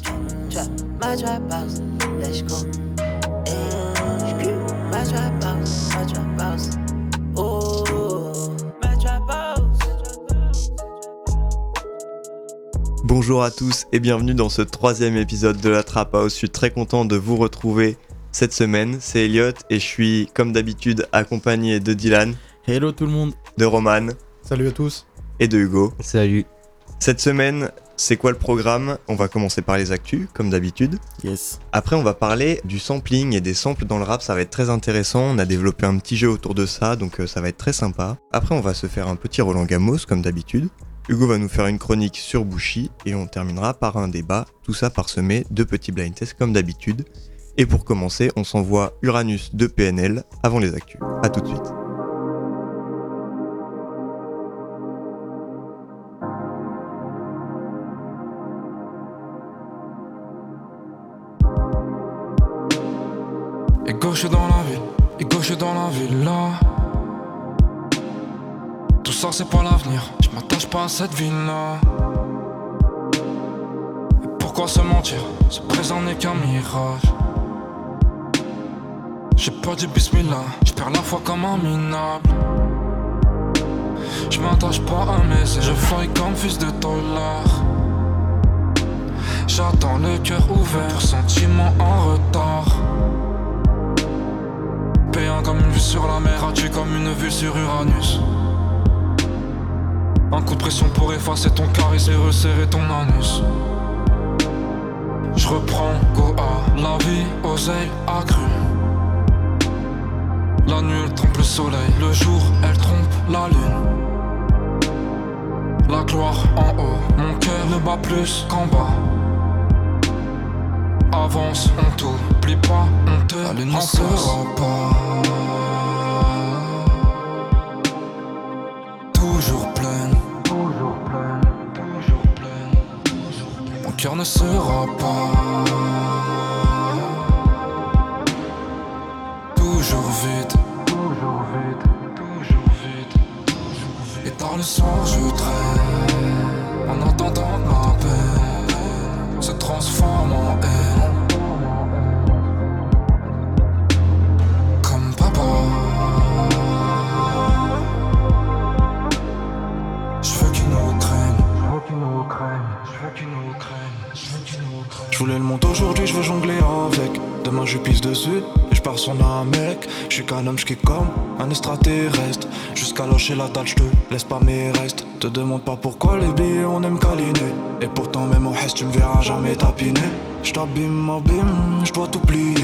trap, my trap house, let's go. Yeah. My trap house, my trap house. Oh, my trap house. Bonjour à tous et bienvenue dans ce troisième épisode de la Trap House. Je suis très content de vous retrouver cette semaine. C'est Elliot et je suis, comme d'habitude, accompagné de Dylan, Hello tout le monde. de Roman Salut à tous. et de Hugo. Salut. Cette semaine, c'est quoi le programme On va commencer par les actus, comme d'habitude. Yes. Après, on va parler du sampling et des samples dans le rap. Ça va être très intéressant. On a développé un petit jeu autour de ça, donc euh, ça va être très sympa. Après, on va se faire un petit Roland Gamos, comme d'habitude. Hugo va nous faire une chronique sur Bushi et on terminera par un débat. Tout ça parsemé de petits blind tests, comme d'habitude. Et pour commencer, on s'envoie Uranus de PNL avant les actus. A tout de suite. Et gauche dans la ville, et gauche dans la ville là. Tout ça c'est pour l'avenir, je m'attache pas à cette ville là. Et pourquoi se mentir, ce présent n'est qu'un mirage. J'ai pas dit bismillah, je perds la foi comme un minable. Je m'attache pas à mes ailes, je feuille comme fils de dollar. J'attends le cœur ouvert, pressentiment en retard. Payant comme une vue sur la mer, as-tu comme une vue sur Uranus Un coup de pression pour effacer ton charisme et resserrer ton anus Je reprends, go à la vie, oseille, accrue La nuit elle trompe le soleil, le jour elle trompe la lune La gloire en haut, mon cœur ne bat plus qu'en bas Avance, on t'oublie pas, on te Allez, ne sera pas Toujours pleine Toujours pleine Toujours pleine Mon cœur ne sera pas Toujours vide Toujours vide Toujours vide Et dans le soir je traîne En attendant ma paix se transforme en haine. Comme papa. Je veux qu'il nous craigne. Je veux qu'il nous craigne. Je veux qu'il nous craigne. Je veux qu'il nous craigne. Je voulais le monde aujourd'hui, je veux jongler avec. Demain je pisse dessus et je pars son mec. Je suis qu'un homme, je kick comme un extraterrestre. Jusqu'à lâcher la dalle, je te laisse pas mes restes. Te demande pas pourquoi les billets on aime câliner. Et pourtant, même au reste, tu me verras jamais tapiner. Je t'abîme, abîme, je dois t'oublier.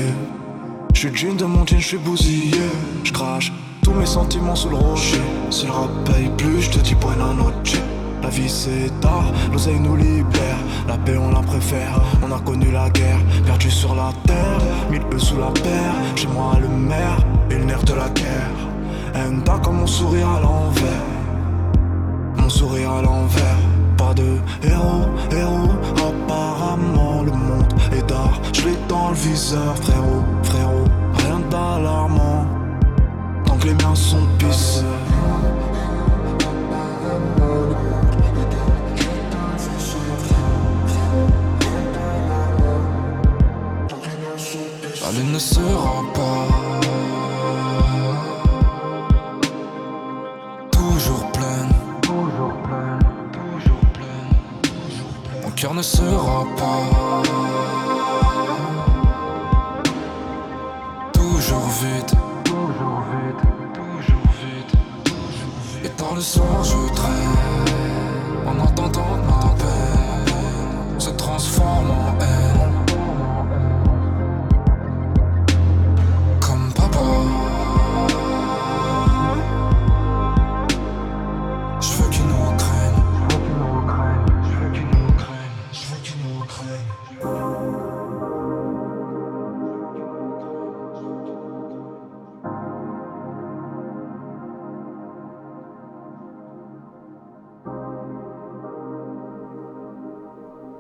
Je suis jean de mon jean, je suis bousillé. Je crache tous mes sentiments sous le rocher. Si le rap paye plus, je te dis buena noche. La vie c'est tard, l'oseille nous libère. La paix on la préfère, on a connu la guerre. Perdu sur la terre, mille E sous la paire. Chez moi le maire et le nerf de la guerre. Enda comme mon sourire à l'envers mon sourire à l'envers. Pas de héros, héros, apparemment le monde est d'art. Je l'ai dans le viseur, frérot, frérot, rien d'alarmant. Tant que les miens sont pissés. La lune ne sera pas toujours pleine. Toujours pleine. Toujours pleine. Mon cœur ne sera pas toujours vide. Toujours vide. Toujours vide. Et dans le soir je traîne en attendant que ma paix se transforme en haine. Comme papa Je veux qu'il nous craigne Je veux qu'il nous craigne Je veux qu'il nous craigne Je veux qu'il nous craigne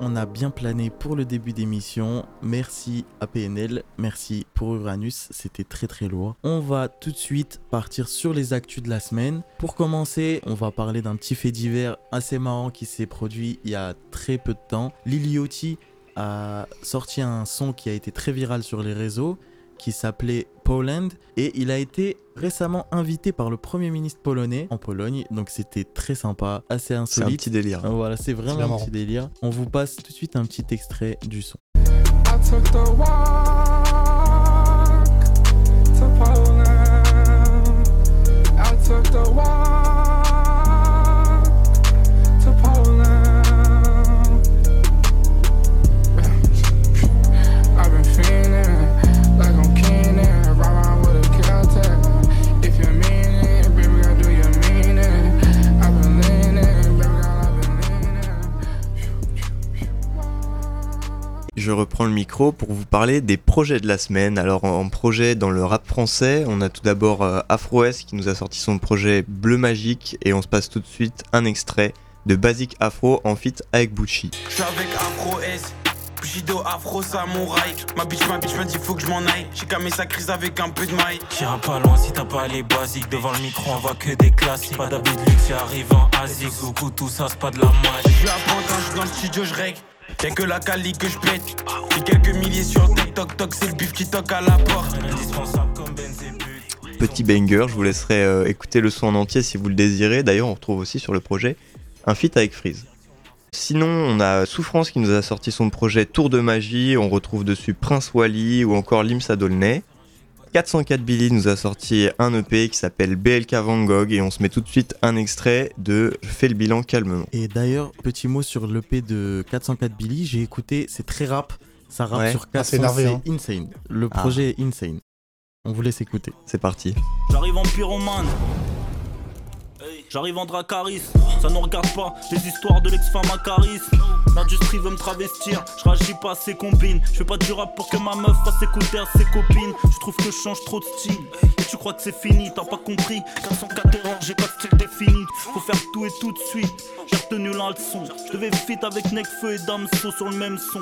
On a bien plané pour le début d'émission. Merci à PNL, merci pour Uranus, c'était très très lourd. On va tout de suite partir sur les actus de la semaine. Pour commencer, on va parler d'un petit fait divers assez marrant qui s'est produit il y a très peu de temps. Liliotti a sorti un son qui a été très viral sur les réseaux qui s'appelait Poland et il a été récemment invité par le premier ministre polonais en Pologne donc c'était très sympa assez C'est un insolite petit délire. Hein, voilà c'est vraiment bien un marrant. petit délire on vous passe tout de suite un petit extrait du son I took the walk to Poland. I took the walk to Poland. I've been feeling like I'm Keenan, riding with a Caltech. If you mean it, baby girl, do you mean it? I've been leaning, baby girl, I've been leaning. Je reprends le micro pour vous parler des projets de la semaine. Alors en en projet dans le rap français, on a tout d'abord euh, Afro S qui nous a sorti son projet Bleu Magique et on se passe tout de suite un extrait de Basic Afro en feat avec Bucci. Je suis avec Afro S, Jido Afro Samouraï. Ma bitch, ma bitch me dit faut que je m'en aille. J'ai camé sa crise avec un peu de maille. T'iras pas loin si t'as pas les basiques Devant le micro on voit que des classiques Pas d'habit de luxe, j'arrive en Asie Zuku tout ça c'est pas de la magie Je lui apprends quand je suis dans le studio, je règle. Y'a que la cali que je pète. J'ai quelques milliers sur tech toc toc, c'est le bif qui toque à la porte. Indispensable comme Benzébut Petit banger, je vous laisserai euh, écouter le son en entier si vous le désirez. D'ailleurs, on retrouve aussi sur le projet un feat avec Freeze. Sinon, on a Souffrance qui nous a sorti son projet Tour de magie. On retrouve dessus Prince Wally ou encore Lim Dolnay. 404 Billy nous a sorti un EP qui s'appelle BLK Van Gogh et on se met tout de suite un extrait de Je fais le bilan calmement. Et d'ailleurs, petit mot sur l'EP de 404 Billy, j'ai écouté, c'est très rap, ça rappe Ouais. sur Ah, c'est 400, énervé, c'est hein. insane. Le Ah. projet est insane. On vous laisse écouter. C'est parti. J'arrive en pyromane. J'arrive en Dracaris, ça nous regarde pas, les histoires de l'ex-femme à charisme. L'industrie veut me travestir, je réagis pas à ses combines. Je fais pas du rap pour que ma meuf fasse écouter à ses copines. Tu trouves que je change trop de style, et tu crois que c'est fini, t'as pas compris. 404 erreurs, j'ai pas de style défini. Faut faire tout et tout de suite, j'ai retenu la leçon. Je devais fit avec Necfeu et Damso sur le même son.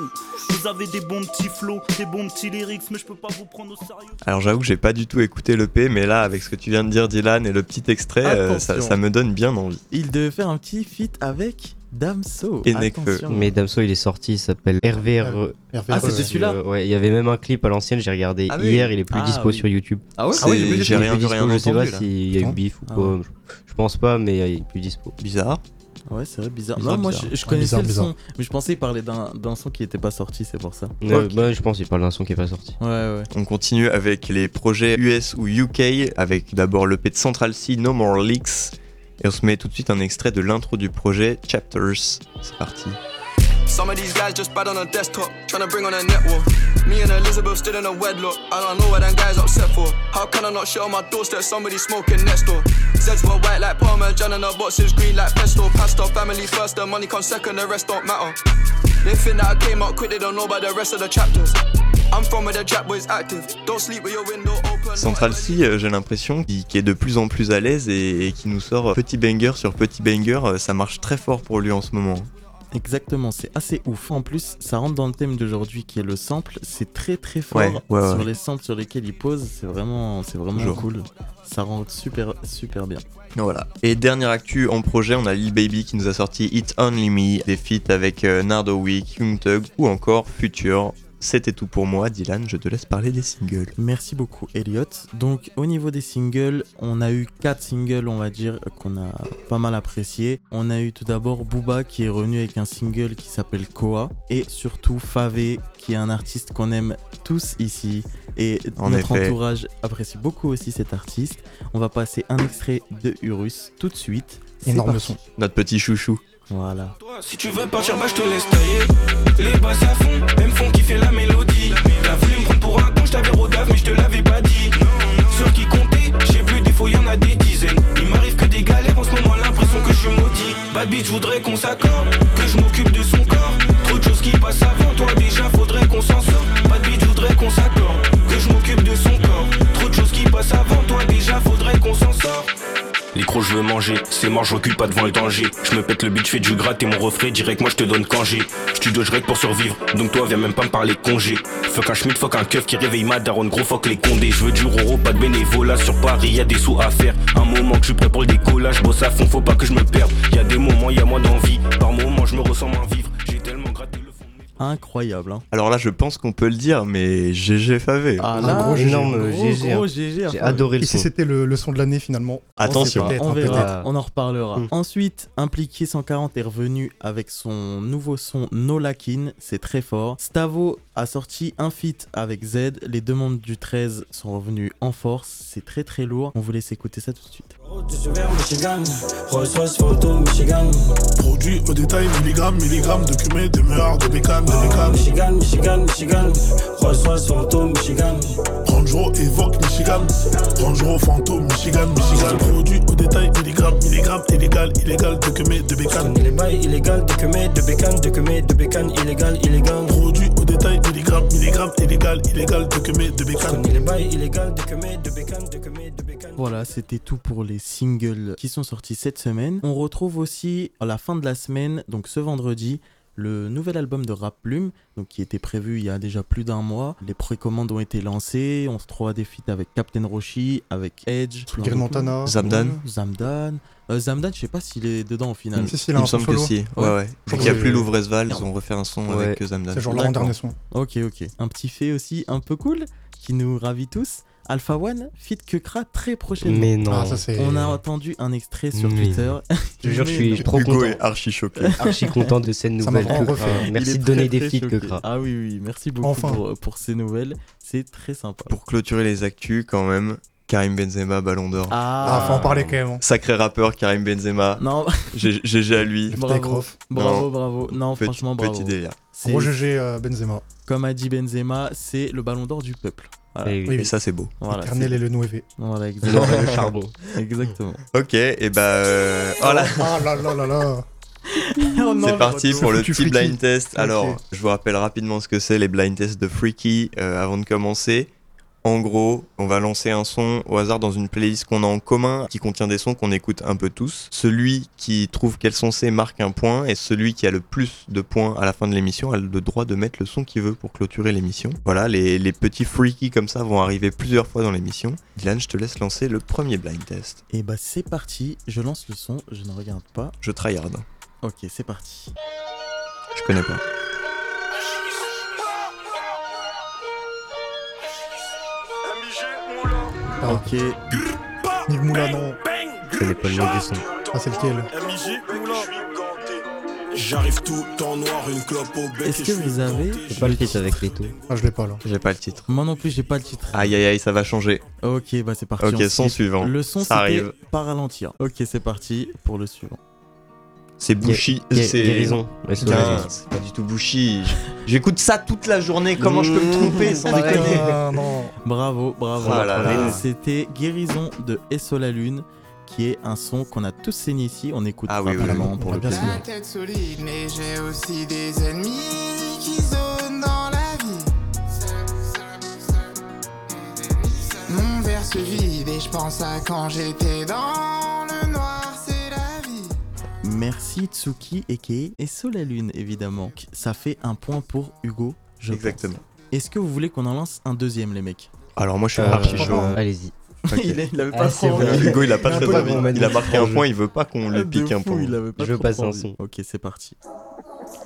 Vous avez des bons petits flows, des bons petits lyrics, mais je peux pas vous prendre au sérieux. Alors j'avoue que j'ai pas du tout écouté l'EP, mais là, avec ce que tu viens de dire, Dylan, et le petit extrait, euh, ça, Attention. ça me donne bien envie. Il devait faire un petit feat avec Damso. Et Nekfeu. Attention. Mais Damso, il est sorti, il s'appelle RVR. Ah, c'est c'était ouais. celui-là Euh, ouais, il y avait même un clip à l'ancienne, j'ai regardé Ah oui. hier, il est plus Ah dispo oui. sur YouTube. Ah ouais C'est- il est plus j'ai Il est rien plus vu, dispo, rien Je sais entendu. pas là. s'il y a Putain. eu bif ou Ah quoi. je- Je pense pas, mais euh, il est plus dispo. Bizarre. Ouais, c'est vrai, bizarre. Bizarre, non, moi, bizarre. je, je Ouais, connaissais bizarre, le bizarre. son, mais je pensais qu'il parlait d'un d'un son qui était pas sorti, c'est pour ça. Euh, bah, je pense qu'il parle d'un son qui est pas sorti. Ouais, ouais. On continue avec les projets US ou UK, avec d'abord l'EP de Central C, No More Leaks. Et on se met tout de suite un extrait de l'intro du projet Chapters. C'est parti. Some of these guys just bad on a desktop, tryna bring on a network. Me and Elizabeth still in a wedlock, and I know what them guys upset for. How can I not shit on my doorstep? Somebody smoking next door. Zeds were white like Parmesan and her box is green like pesto. Pasta, family first, the money comes second, the rest don't matter. They think that I came out quick, they don't know about the rest of the chapters. I'm from where the jack boys active. Don't sleep with your window open. Central C, euh, j'ai l'impression, qui, qui est de plus en plus à l'aise et, et qui nous sort petit banger sur petit banger. Euh, Ça marche très fort pour lui en ce moment. Exactement, c'est assez ouf. En plus, ça rentre dans le thème d'aujourd'hui qui est le sample. C'est très très fort Ouais, ouais, sur ouais. les samples sur lesquels il pose. C'est vraiment, c'est vraiment Toujours. cool. Ça rend super super bien. Voilà. Et dernière actu en projet, on a Lil Baby qui nous a sorti It's Only Me, des feats avec euh, Nardo Wick, Young Thug ou encore Future. C'était tout pour moi, Dylan, je te laisse parler des singles. Merci beaucoup Elliot. Donc au niveau des singles, on a eu quatre singles on va dire qu'on a pas mal apprécié. On a eu tout d'abord Booba qui est revenu avec un single qui s'appelle Koa et surtout Fave qui est un artiste qu'on aime tous ici et En notre effet. entourage apprécie beaucoup aussi cet artiste. On va passer un extrait de Urus tout de suite. C'est Énorme parti. son. Notre petit chouchou. Voilà. Si tu veux partir, bah je te laisse tailler. Les basses à fond, elles me font kiffer la mélodie. La voulu me prendre pour un con, je t'avais rodave, mais je te l'avais pas dit. Sur qui comptait, j'ai vu des fois, y'en a des dizaines. Il m'arrive que des galères, en ce moment, l'impression que je suis maudit. Bad bitch, voudrais qu'on s'accorde, que je m'occupe de son corps. Trop de choses qui passent avant toi, déjà faudrait qu'on s'en sorte. Bad bitch, voudrais qu'on s'accorde, que je m'occupe de son corps. Trop de choses qui passent avant toi, déjà faudrait qu'on s'en sorte. Les crocs, je veux manger, c'est mort, je recule pas devant le danger. Je me pète le bitch, fais du gratte et mon refrain direct, moi je te donne congé. Je tue deux, je règle pour survivre, donc toi viens même pas me parler de congé. Fuck un schmidt, fuck un keuf qui réveille ma daronne, gros fuck les condés. Je veux du roro, pas de bénévolat sur Paris, y a des sous à faire. Un moment que je suis prêt pour le décollage, bosse à fond, faut pas que je me perde. Y a des moments, y a moins d'envie, par moments je me ressens moins vivre. J'ai tellement gratté le fond de mes incroyable. hein. Alors là, je pense qu'on peut le dire, mais GG Favé. Ah là, là, gros GG. énorme gros, GG, hein. gros GG, J'ai enfin, adoré le Et si son. c'était le, le son de l'année finalement on sait Attention. pas, Peut-être, on hein, verra, peut-être. on en reparlera. Mm. Ensuite, impliqué 140 est revenu avec son nouveau son No Lakin, c'est très fort. Stavo a sorti un feat avec Z, les deux membres du 13 sont revenus en force, c'est très très lourd. On vous laisse écouter ça tout de suite. Produit au détail, milligrammes, milligrammes de cumé, demeure de bécane, de bécane. Michigan, Michigan, Michigan. Rolls Royce, fantôme, Michigan. Range Rover évoque Michigan. Range Rover fantôme, Michigan, Michigan. Produit au détail, milligrammes, milligrammes. Illégal, illégal de cumé, de bécane. Les bails illégales de Kemé, de Bécane, de Kemé, de Bécane, illégal, illégal. Produit au détail, milligrammes, milligrammes. Illégal, illégal de cumé, de bécane. Les bails illégales de Kemé, de Bécane, de Kemé, de Bécane. Voilà, c'était tout pour les singles qui sont sortis cette semaine. On retrouve aussi à la fin de la semaine, donc ce vendredi, le nouvel album de Rap Plume, donc qui était prévu il y a déjà plus d'un mois. Les précommandes ont été lancées, on se trouve à des feats avec Captain Roshi, avec Edge, plein Green d'autres. Montana. Zamdan. Zamdan. Euh, Zamdan, je sais pas s'il est dedans au final. Mm. Si, si, il Il a me un son semble que solo. si. Ouais, ouais. Vu qu'il n'y a Ouais. plus Louvresval, ils ont refait un son Ouais. avec euh, Zamdan. C'est genre l'avant-dernier son. Ok, ok. Un petit fait aussi un peu cool qui nous ravit tous. Alpha One, fit que Kra très prochainement. Mais non. Ah, ça c'est. On a entendu un écrit sur Mais- Twitter. Je te jure, je suis trop Hugo content. est archi choqué. Archi content de cette Ça m'a nouvelle. vraiment que refait. grave. Il Merci est de donner des très, très feats, que choqué. grave. Ah oui, oui, merci beaucoup Enfin. pour, pour ces nouvelles. C'est très sympa. Pour clôturer les actus, quand même, Karim Benzema, Ballon d'Or. Ah, Ah, faut en parler quand même. Sacré rappeur, Karim Benzema. Non, G- GG à lui. Bravo. Takeoff. bravo, bravo. Non, Petit- franchement, bravo. Petit délire. C'est- Gros GG euh, Benzema. Comme a dit Benzema, c'est le ballon d'or du peuple. Voilà. Et- Oui, Et ça, c'est beau. Voilà, Éternel c'est- et le Nouévé. voilà, exactement. L'or et le charbon. exactement. Ok, et bah. euh, Voilà. Ah là là là là. Oh non, C'est parti retour. pour le Foutu petit freaky. blind test. Ok. Alors, je vous rappelle rapidement ce que c'est les blind tests de Freaky euh, avant de commencer. En gros, on va lancer un son au hasard dans une playlist qu'on a en commun qui contient des sons qu'on écoute un peu tous. Celui qui trouve quels sont ces marque un point et celui qui a le plus de points à la fin de l'émission a le droit de mettre le son qu'il veut pour clôturer l'émission. Voilà, les, les petits freaky comme ça vont arriver plusieurs fois dans l'émission. Dylan, je te laisse lancer le premier blind test. Et bah, c'est parti. Je lance le son. Je ne regarde pas. Je tryhard. hein. Ok, c'est parti. Je connais pas. Ah, Ok, Nick Moula, non. Je connais pas le nom du son. Ah, c'est lequel J'arrive tout en noir, une clope au bec. Est-ce que vous avez- C'est pas le titre avec les taux. Ah, je l'ai pas là. J'ai pas le titre. moi non plus, j'ai pas le titre. Aïe aïe aïe, ça va changer. Ok, bah, c'est parti. Ok, on son skip. suivant. Le son, Ça c'était arrive. pas ralentir. Ok, c'est parti pour le suivant. C'est Bushi. Gué- c'est- Guérison. Ouais, c'est Putain, vrai. c'est pas du tout Bushi. J'écoute ça toute la journée. Comment je peux me tromper sans déconner Putain, non. Bravo, bravo. Oh là là. Et C'était Guérison de SO La Lune, qui est un son qu'on a tous saigné ici. On écoute Ah oui, oui, rapidement oui. pour On a le bien plaisir. saigné. tête solide, mais j'ai aussi des ennemis qui zonent dans la vie. Mon verre se vide et je pense à quand j'étais dans le noir, c'est la vie. Merci Tsuki et SO La Lune, évidemment. Donc, Ça fait un point pour Hugo, je pense. Exactement. Est-ce que vous voulez qu'on en lance un deuxième, les mecs Alors moi je suis Euh, archi chaud. Allez-y. Ok. il, est- il avait Ah, pas c'est trop vrai. envie. Ah, Hugo il a pas Ah, Il a très pas envie. vraiment Il a marqué un envie. point, il veut pas qu'on le De pique un fou, point. il avait pas Je veux trop passer un envie. son. Ok, c'est parti.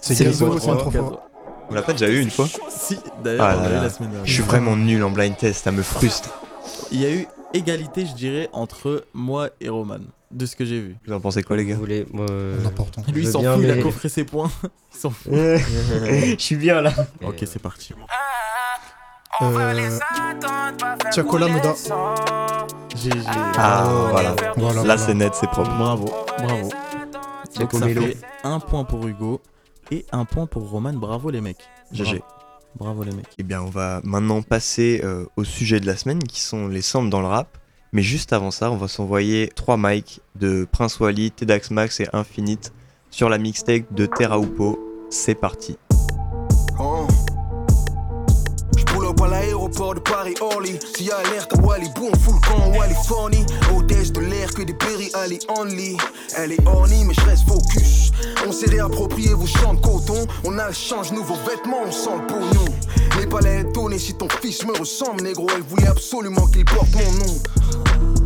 C'est C'est Gazo, Gazo, c'est un trop fort. On l'a pas déjà eu une fois Si, d'ailleurs, Ah on là l'a eu là. la semaine dernière. Je suis vraiment nul en blind test, ça me frustre. Il y a eu égalité, je dirais, entre moi et Roman, de ce que j'ai vu. Vous en pensez quoi les Vous gars voulez. moi, euh, N'importe Lui, il Je s'en veux bien, fout, il a mais- coffré ses points. Il s'en fout. Je suis bien là. Ok, c'est parti. Euh, Tiakola Noda. GG. Ah voilà. Voilà. Là c'est net, c'est propre. Bravo, bravo. Donc ça Comelo. fait un point pour Hugo et un point pour Roman. Bravo les mecs. GG. Bravo. Bravo les mecs. Eh bien, on va maintenant passer euh, au sujet de la semaine qui sont les samples dans le rap. Mais juste avant ça, on va s'envoyer trois mics de Prince Wally, Tedax Max et Infinite sur la mixtape de Terra Upo. C'est parti. Oh. J'pull up à l'aéroport de Paris-Orly. S'il y a alerte à Wally, boum, full camp, Wally Forny. Hôtesse de l'air, que des Berry Ali Only. Elle est horny, mais je reste focus. On s'est réapproprié vos champs de coton. On a le change, nouveaux vêtements, on sent le pognon. N'aie pas la haine donnée si ton fils me ressemble, négro. Elle voulait absolument qu'il porte mon nom.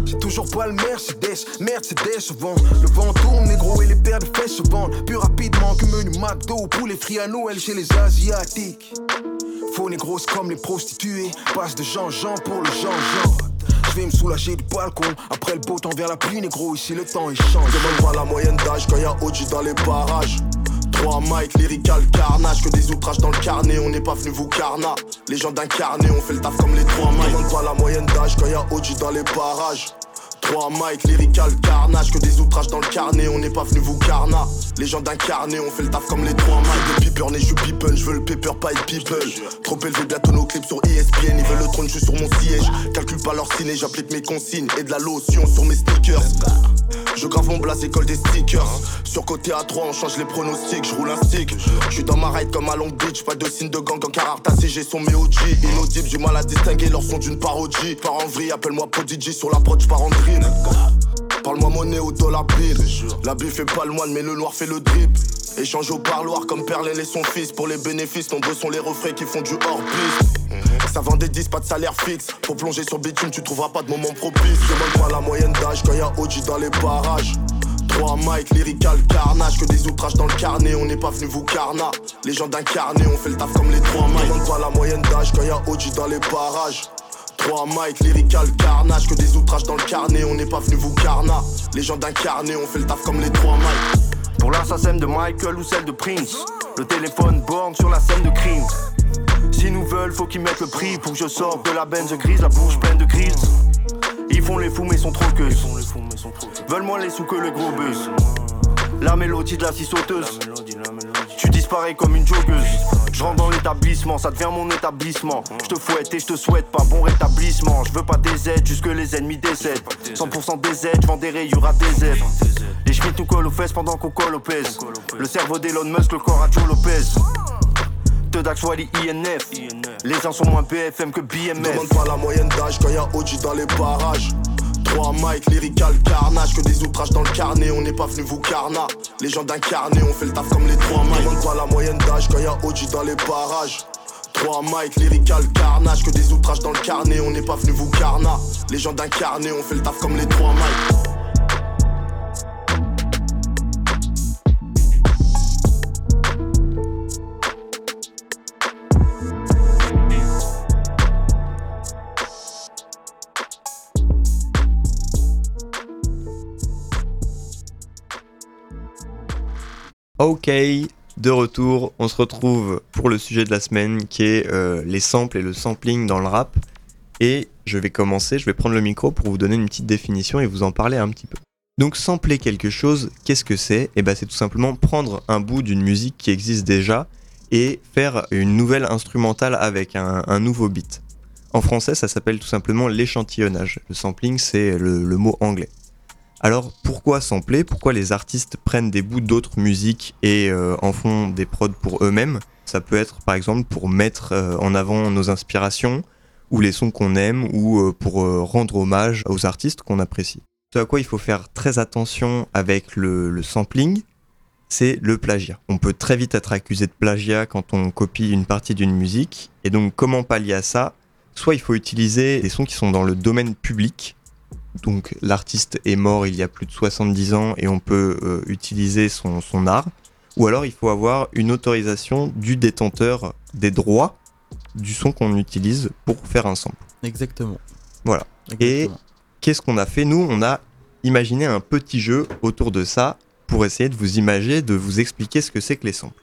J'ai toujours pas le Mercedes, merde c'est décevant Le vent tourne négro et les paires de fesses se vendent Plus rapidement que menu McDo ou poulet frit à Noël chez les Asiatiques Faux négros comme les prostituées Passe de Jean-Jean pour le Jean-Jean je vais me soulager du balcon Après le beau temps vers la pluie négro Ici le temps il change Demande pas la moyenne d'âge quand y'a OG dans les barrages 3 Mike, lyrical, carnage, que des outrages dans le carnet, on n'est pas venu vous carna. Les gens d'un carnet, on fait le taf comme les 3 Mike. Demande pas la moyenne d'âge quand y'a OG dans les barrages. 3 Mike, lyrical, carnage, que des outrages dans le carnet, on n'est pas venu vous carna. Les gens d'un carnet, on fait le taf comme les 3 Mike. De Piper, né, je pipen, je veux le paper, pas être people. Trop élevé, bientôt nos clips sur E ESPN, ils veulent le trône, je suis sur mon siège. Calcule pas leur ciné, j'applique mes consignes et de la lotion sur mes sneakers. Je grave mon blase et colle des stickers. Sur côté A3, on change les pronostics, je roule un stick. Je suis dans ma ride comme à Long Beach, pas de signe de gang en Carhartt, CG son mes OG. Inaudible, du mal à distinguer leur son d'une parodie. Par en vrille, appelle-moi Prodigy sur l'approche par en drip. Parle-moi monnaie au dollar bill. La bille fait pas le moine, mais le noir fait le drip. Échange au parloir comme Perlin et son fils. Pour les bénéfices, nombreux sont les refrains qui font du hors-piste. Ça vend des 10, pas de salaire fixe. Pour plonger sur bitume, tu trouveras pas de moment propice. Demande pas la moyenne d'âge quand y'a OG dans les barrages. 3 Mike, lyrical, carnage, que des outrages dans le carnet, on n'est pas venu vous carna. Les gens d'un carnet, on fait le taf comme les 3 Mike. Demande pas la moyenne d'âge quand y'a OG dans les barrages. 3 Mike, lyrical, carnage, que des outrages dans le carnet, on n'est pas venu vous carna. Les gens d'un carnet, on fait le taf comme les 3 Mike. Pour l'assassin de Michael ou celle de Prince. Le téléphone borne sur la scène de crime. S'ils nous veulent, faut qu'ils mettent le prix pour que je sorte de la benze grise, la bouche pleine de grise. Ils font les fous mais sont trop queues. Veulent moins les sous que le gros buzz. La mélodie de la scie sauteuse. Tu disparais comme une joggeuse. Je rentre dans l'établissement, ça devient mon établissement. Je te fouette et je te souhaite pas bon rétablissement. Je veux pas des aides jusque les ennemis décèdent. 100% des aides, je vends des rayures à des aides. Les schmitts nous collent aux fesses pendant qu'on colle aux pèses. Le cerveau d'Elon Musk, le corps à Joe Lopez. Tedax Wally INF. Les uns sont moins BFM que BMF. Demande pas la moyenne d'âge quand y'a OG dans les barrages. 3 Mike, lyrical, carnage, que des outrages dans le carnet, on n'est pas venu vous carna. Les gens d'un carnet, on fait le taf comme les 3 Mike. Demande pas la moyenne d'âge quand y'a OG dans les barrages. 3 Mike, lyrical, carnage, que des outrages dans le carnet, on n'est pas venu vous carna. Les gens d'un carnet, on fait le taf comme les 3 Mike. Ok, de retour, on se retrouve pour le sujet de la semaine qui est euh, les samples et le sampling dans le rap. Et je vais commencer, je vais prendre le micro pour vous donner une petite définition et vous en parler un petit peu. Donc sampler quelque chose, qu'est-ce que c'est Et ben c'est tout simplement prendre un bout d'une musique qui existe déjà et faire une nouvelle instrumentale avec un, un nouveau beat. En français, ça s'appelle tout simplement l'échantillonnage. Le sampling, c'est le- le mot anglais. Alors pourquoi sampler Pourquoi les artistes prennent des bouts d'autres musiques et euh, en font des prods pour eux-mêmes Ça peut être par exemple pour mettre euh, en avant nos inspirations ou les sons qu'on aime ou euh, pour euh, rendre hommage aux artistes qu'on apprécie. Ce à quoi il faut faire très attention avec le, le sampling, c'est le plagiat. On peut très vite être accusé de plagiat quand on copie une partie d'une musique. Et donc comment pallier à ça Soit il faut utiliser des sons qui sont dans le domaine public, donc l'artiste est mort il y a plus de 70 ans et on peut euh, utiliser son, son art. Ou alors il faut avoir une autorisation du détenteur des droits du son qu'on utilise pour faire un sample. Exactement. Voilà. Et qu'est-ce qu'on a fait Nous, on a imaginé un petit jeu autour de ça pour essayer de vous imager, de vous expliquer ce que c'est que les samples.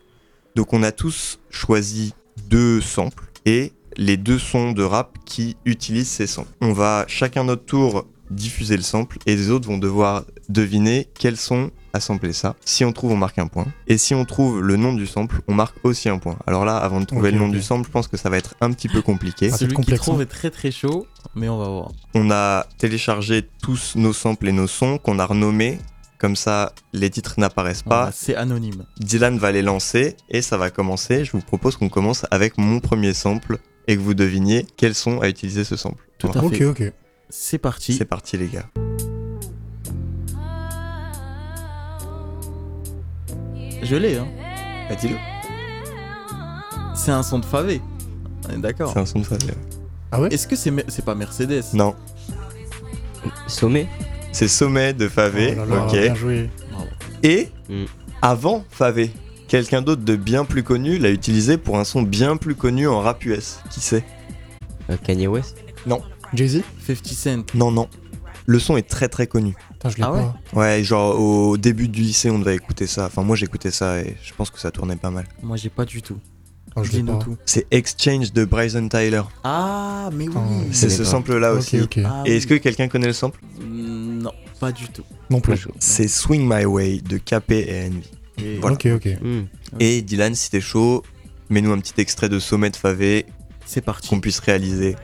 Donc on a tous choisi deux samples et les deux sons de rap qui utilisent ces samples. On va chacun notre tour diffuser le sample et les autres vont devoir deviner quels sont à sampler ça. Si on trouve, on marque un point. Et si on trouve le nom du sample, on marque aussi un point. Alors là, avant de trouver Ok, le nom ok. du sample, je pense que ça va être un petit peu compliqué. Celui qui hein. trouve est très très chaud, mais on va voir. On a téléchargé tous nos samples et nos sons qu'on a renommés. Comme ça, les titres n'apparaissent pas. Voilà, c'est anonyme. Dylan va les lancer et ça va commencer. Je vous propose qu'on commence avec mon premier sample et que vous deviniez quels sont à utiliser ce sample. Tout à fait. C'est parti. C'est parti, les gars. Je l'ai, hein. Vas-y. C'est un son de Favé. On est d'accord. C'est un son de Favé. Ah ouais Est-ce que c'est me- c'est pas Mercedes Non. Sommet C'est Sommet de Favé. Oh là là, ok. bien joué. Bravo. Et avant Favé, quelqu'un d'autre de bien plus connu l'a utilisé pour un son bien plus connu en rap US. Qui c'est euh, Kanye West Non. Jay-Z 50 Cent Non, non. Le son est très très connu. Putain, je l'ai Ah ouais Ouais, genre au début du lycée, on devait écouter ça. Enfin, moi j'écoutais ça et je pense que ça tournait pas mal. Moi, j'ai pas du tout. Non, je l'ai Dis-nous pas. tout. C'est Exchange de Bryson Tyler. Ah, mais oui C'est ce sample là aussi. Ah Et oui. est-ce que quelqu'un connaît le sample Mm, Non, pas du tout. C'est Swing My Way de KP et Envy. Et- Voilà. Hmm. Ok, ok. Mm. Et Dylan, si t'es chaud, mets-nous un petit extrait de Sommet de Favé. C'est parti. Qu'on puisse réaliser.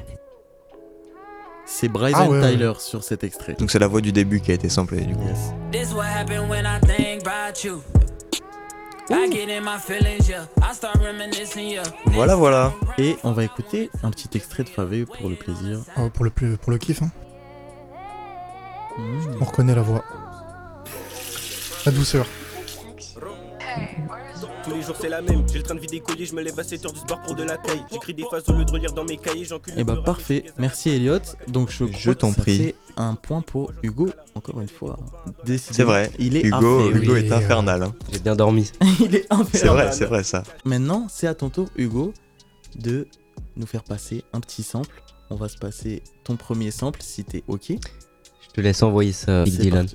C'est Bryson Ah ouais, ouais. Tyler sur cet extrait. Donc c'est la voix du début qui a été samplée du coup. This what happened when I think about you. I get in my feelings, yeah. I start reminiscing, yeah. Voilà, voilà. Et on va écouter un petit extrait de Favé pour le plaisir. Oh, pour, le plus, pour le kiff, hein. On reconnaît la voix. La douceur. Tous les jours c'est la même, j'ai le train de vie décoller, je me lève à 7h du bar pour de la taille. J'écris des phases au lieu de relire dans mes cahiers, j'encule. Et bah parfait, merci Elliot. Donc Je je, crois que t'en ça prie. fait un point pour Hugo, encore une fois. hein. Décidément, C'est vrai. il est Hugo, inférieur. Hugo est infernal. hein. J'ai bien dormi. il est C'est vrai, infernal. c'est vrai ça. Maintenant, c'est à ton tour Hugo de nous faire passer un petit sample. On va se passer ton premier sample si t'es ok. Je te laisse envoyer ça, Big C'est Dylan.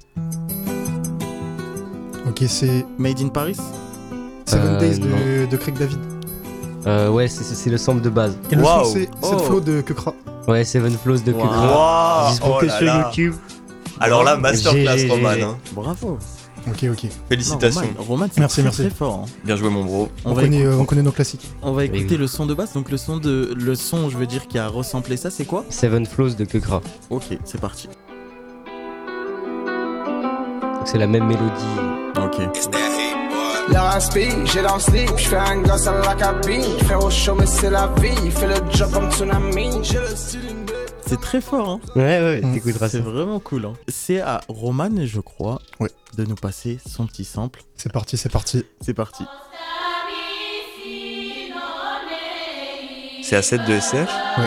Ok, c'est. Made in Paris Seven Euh, Days de, non. de Craig David. Euh, ouais, c'est- c'est c'est le sample de base. Et le son, c'est c'est Oh. le flow de Kukra. Ouais, Seven Flows de Wow. Kukra. Ah. Wow, Juste pour oh que là sur là. YouTube. Alors là, Bravo. masterclass, GG. Roman. hein. Bravo. Ok, ok. Félicitations. Non, Roman, Roman, c'est Merci, très, merci. très fort. hein. Bien joué, mon bro. On, On va connaît, écouter- euh, on connaît nos classiques. On va écouter oui. le son de basse. Donc le son de le son, je veux dire, qui a ressemblé ça, c'est quoi Seven Flows de Kukra. Ok, c'est parti. Donc C'est la même mélodie. Ok. Leur inspire, j'ai dans le slip, j'fais un gosse à la cabine. Frère au chaud, mais c'est la vie, il fait le job comme tsunami. J'ai le style inglés. C'est très fort, hein Ouais, ouais, Mm. t'écouteras C'est ça. vraiment cool, hein C'est à Roman, je crois, de nous passer son petit sample. C'est parti, c'est parti. C'est parti. C'est à 7 de SF Ouais.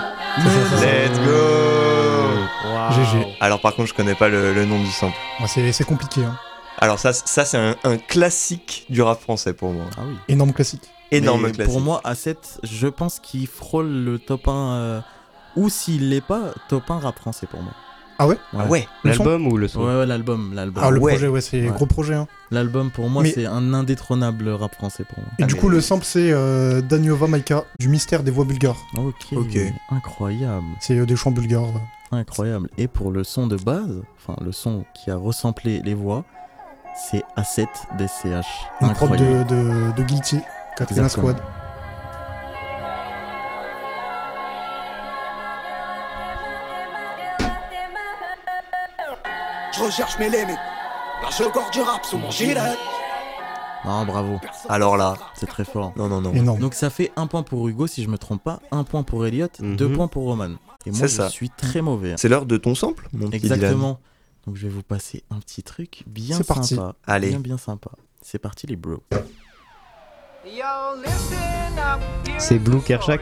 Let's go GG. Alors par contre, je connais pas le, le nom du sample. Ouais, c'est c'est compliqué, hein. Alors ça, ça c'est un, un classique du rap français pour moi. Ah oui. Énorme classique. Énorme Mais classique. Pour moi, à 7, je pense qu'il frôle le top 1. euh, ou s'il l'est pas, top 1 rap français pour moi. Ah ouais Ah ouais Le son L'album ou le son Ouais, ouais, l'album, l'album. Ah, le projet, ouais, c'est Ouais. gros projet, hein. L'album, pour moi, Mais- c'est un indétrônable rap français pour moi. Et du coup, le sample, c'est euh, Daniova Maika, du mystère des voix bulgares. Ok. Ok. Incroyable. C'est euh, des chants bulgares. ouais. Incroyable. Et pour le son de base, enfin le son qui a ressemblé les voix, c'est A7 DCH. Une prod Incroyable. de, de, de Guilty, Katrina Exactement. Squad. Je recherche mes limites. Là, je corps du rap sous mon gilet. Non, bravo. Alors là, c'est très fort. Non, non, non. Énorme. Donc ça fait un point pour Hugo, si je me trompe pas, un point pour Elliot, deux points pour Roman. Et moi, je Mhm. C'est ça. suis très mauvais. hein. C'est l'heure de ton sample, mon petit Dylan. Exactement. Donc je vais vous passer un petit truc bien C'est sympa. parti. Allez. Bien, bien sympa. C'est parti, les bros. C'est Blue Kershak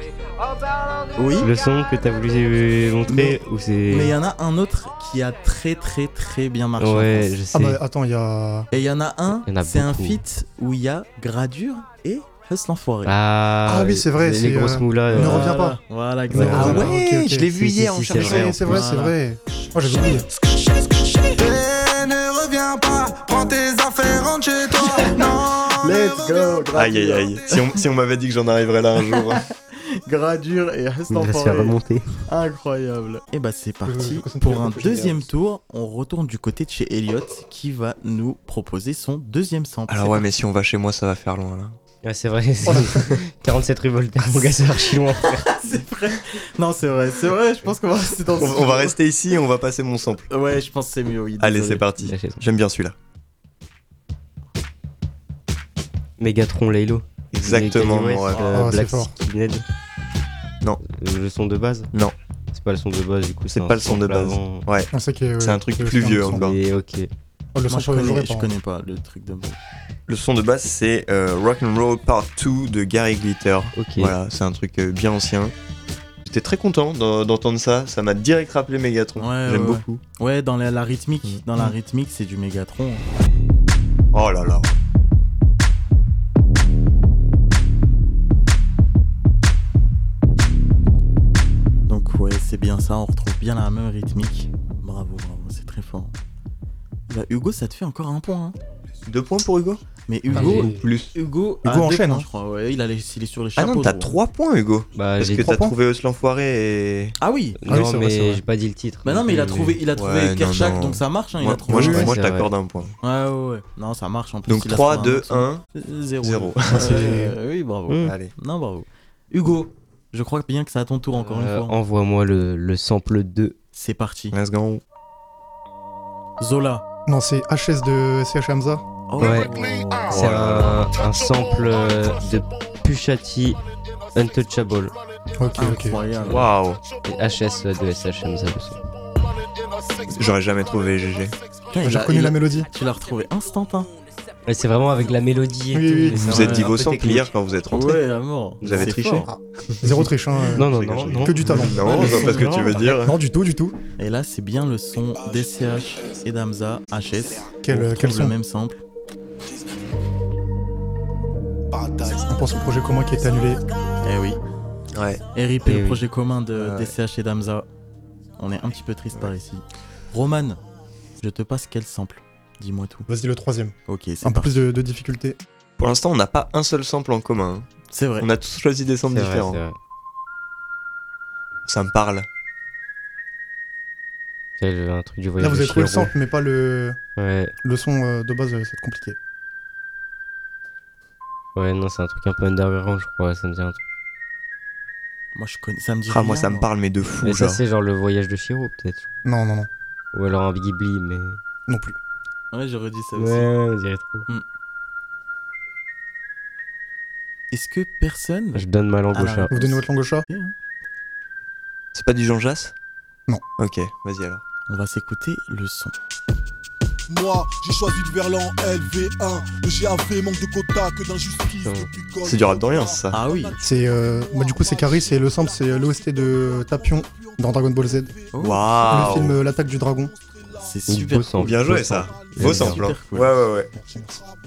Oui. Le son que t'as voulu euh, montrer ou c'est. Mais il y en a un autre qui a très, très, très bien marché. en Ouais, France. je sais. Ah bah attends, il y a. Et il y en a un, Il y en a c'est un beaucoup. feat où il y a Gradure et Hustle l'enfoiré. Ah, Ah oui, c'est vrai, Les, c'est, les grosses euh, moulas. Ne euh, reviens pas. Voilà, exactement. Ah ouais, ok, ok. je l'ai vu Si, hier si, en si, C'est cherchant. vrai, c'est vrai, c'est Ah, vrai. Oh, j'avais oublié. Eh, ne reviens pas, prends tes affaires, rentre chez toi. Non, Let's go, Aïe aïe aïe. Si on, si on m'avait dit que j'en arriverais là un jour. Gradure et Hustle Il va se faire remonter. Incroyable. Et bah c'est parti Euh, pour un je regarde. deuxième tour. On retourne du côté de chez Elliot qui va nous proposer son deuxième sample. Alors ouais, mais si on va chez moi, ça va faire loin là. Ouais, c'est vrai. c'est- 47 rue Voltaire, mon gars, c'est archi loin. Non, c'est vrai, c'est vrai, je pense qu'on va rester dans On, on va rester ici et on va passer mon sample. Ouais, je pense que c'est mieux, oui. Allez, désolé. c'est parti. J'aime bien celui-là. Megatron Laylo. Exactement, Les Kanye West, ouais. euh, Ah, c'est Black fort. Skinhead. Euh, Non. Le son de base Non. C'est pas le son de base du coup. C'est pas le son de base. Ouais. Ah, c'est que, euh, C'est un truc que plus je vieux hein. comprends. encore. Et ok. Oh, le Moi, son, je je l'aurais connais, pas, je hein. connais pas le truc de base. Le son de basse, c'est euh, Rock and Roll Part 2 de Gary Glitter. Ok. Voilà, c'est un truc euh, bien ancien. J'étais très content d'en- d'entendre ça, ça m'a direct rappelé Megatron. Ouais, J'aime ouais, beaucoup. Ouais, Ouais, dans la, la rythmique, dans la rythmique, c'est du Mégatron. Oh là là. Donc ouais, c'est bien ça, on retrouve bien la même rythmique. Bravo, bravo, c'est très fort. Bah, Hugo, ça te fait encore un point. hein. Deux points pour Hugo Mais Ah, Hugo, j'ai- Ou plus. Hugo Hugo, a deux enchaîne, points, hein. je crois. Ouais, il, a les- il est sur les Ah chapeaux. non, t'as gros. trois points, Hugo. Bah, Parce j'ai que trois t'as points. trouvé Eus l'enfoiré et. Ah oui. Ah oui, Non, c'est vrai, mais c'est vrai. j'ai pas dit le titre. Bah non, mais il a trouvé, il a trouvé Ouais, non, Kershak, non. donc ça marche. Hein, il Moi- a trouvé. moi, je- moi, je t'accorde un point. Ouais, ouais, ouais. Non, ça marche en plus. Donc il a 3, trouvé 2, morceau. 1, Zéro. 0. Ouais, euh, oui, bravo. Mm. Allez. Non, bravo. Hugo, je crois bien que c'est à ton tour encore Euh, une fois. Envoie-moi le, le sample 2. C'est parti. Let's go. Zola. Oh, Non, c'est HS de CH Hamza. Ouais. C'est un, un sample euh, de Pushati Untouchable. Ah, Ok, ok. Incroyable. Waouh. Et HS de SHM, ça aussi. J'aurais jamais trouvé GG. Putain, il a- il a- Tu l'as retrouvé instantan. Et c'est vraiment avec la mélodie. et Oui, tout, oui, mais Vous c'est êtes dit un vos peu samples technique. hier quand vous êtes rentré. Ouais, à mort. Vous avez C'est triché fort. Zéro triche, hein. Non, non, non, non. Que du talent. Non, je vois pas ce que tu veux dire. Non, du tout, du tout. Et là, c'est bien le son d'SCH et d'Amza HS. Quel- euh, On retrouve quel son le même sample. On pense au projet commun qui a été annulé. Eh oui. Ouais. RIP, Eh le oui. projet commun de Ouais. DCH et d'Amza. On est un petit peu triste par ici. Roman, je te passe quel sample Dis-moi tout. Vas-y, le troisième. Ok, c'est Un peu parti. plus de, de difficulté. Pour l'instant, on n'a pas un seul sample en commun. hein. C'est vrai. On a tous choisi des samples C'est vrai, différents. c'est vrai. Ça me parle. C'est le- un truc du Là, voyage. vous de avez trouvé le Chihiro. sample, mais pas le, Ouais. le son euh, de base, euh, c'est compliqué. Ouais, non, c'est un truc un peu underground, je crois. Ça me dit un truc. Moi, je connais. Ça me dit. Ah, moi, rien, ça me parle, mais de fou. Mais ça, genre. c'est genre le voyage de Chiro, peut-être. Non, non, non. Ou alors un Ghibli, mais. Non plus. Ouais, j'aurais dit ça Ouais, aussi. ouais, on dirait trop. Hmm. Est-ce que personne. Je donne ma langue Ah, au la hein. chat. Vous donnez votre langue au chat C'est pas du Jean Jass Non. Ok, vas-y alors. On va s'écouter le son. Moi, j'ai choisi le verlan LV1. Le GAV manque de quota que d'injustice. depuis qu'on- C'est du rap d'Orient, ça. Ah oui. C'est, euh, bah, du coup, c'est Caris et le sample, c'est l'OST de Tapion dans Dragon Ball Z. Waouh. Le film euh, L'attaque du dragon. C'est Ou super. beau sample. Bien joué Beau ça. sample. Beau Ouais, sample. hein. super cool. Ouais, ouais, ouais.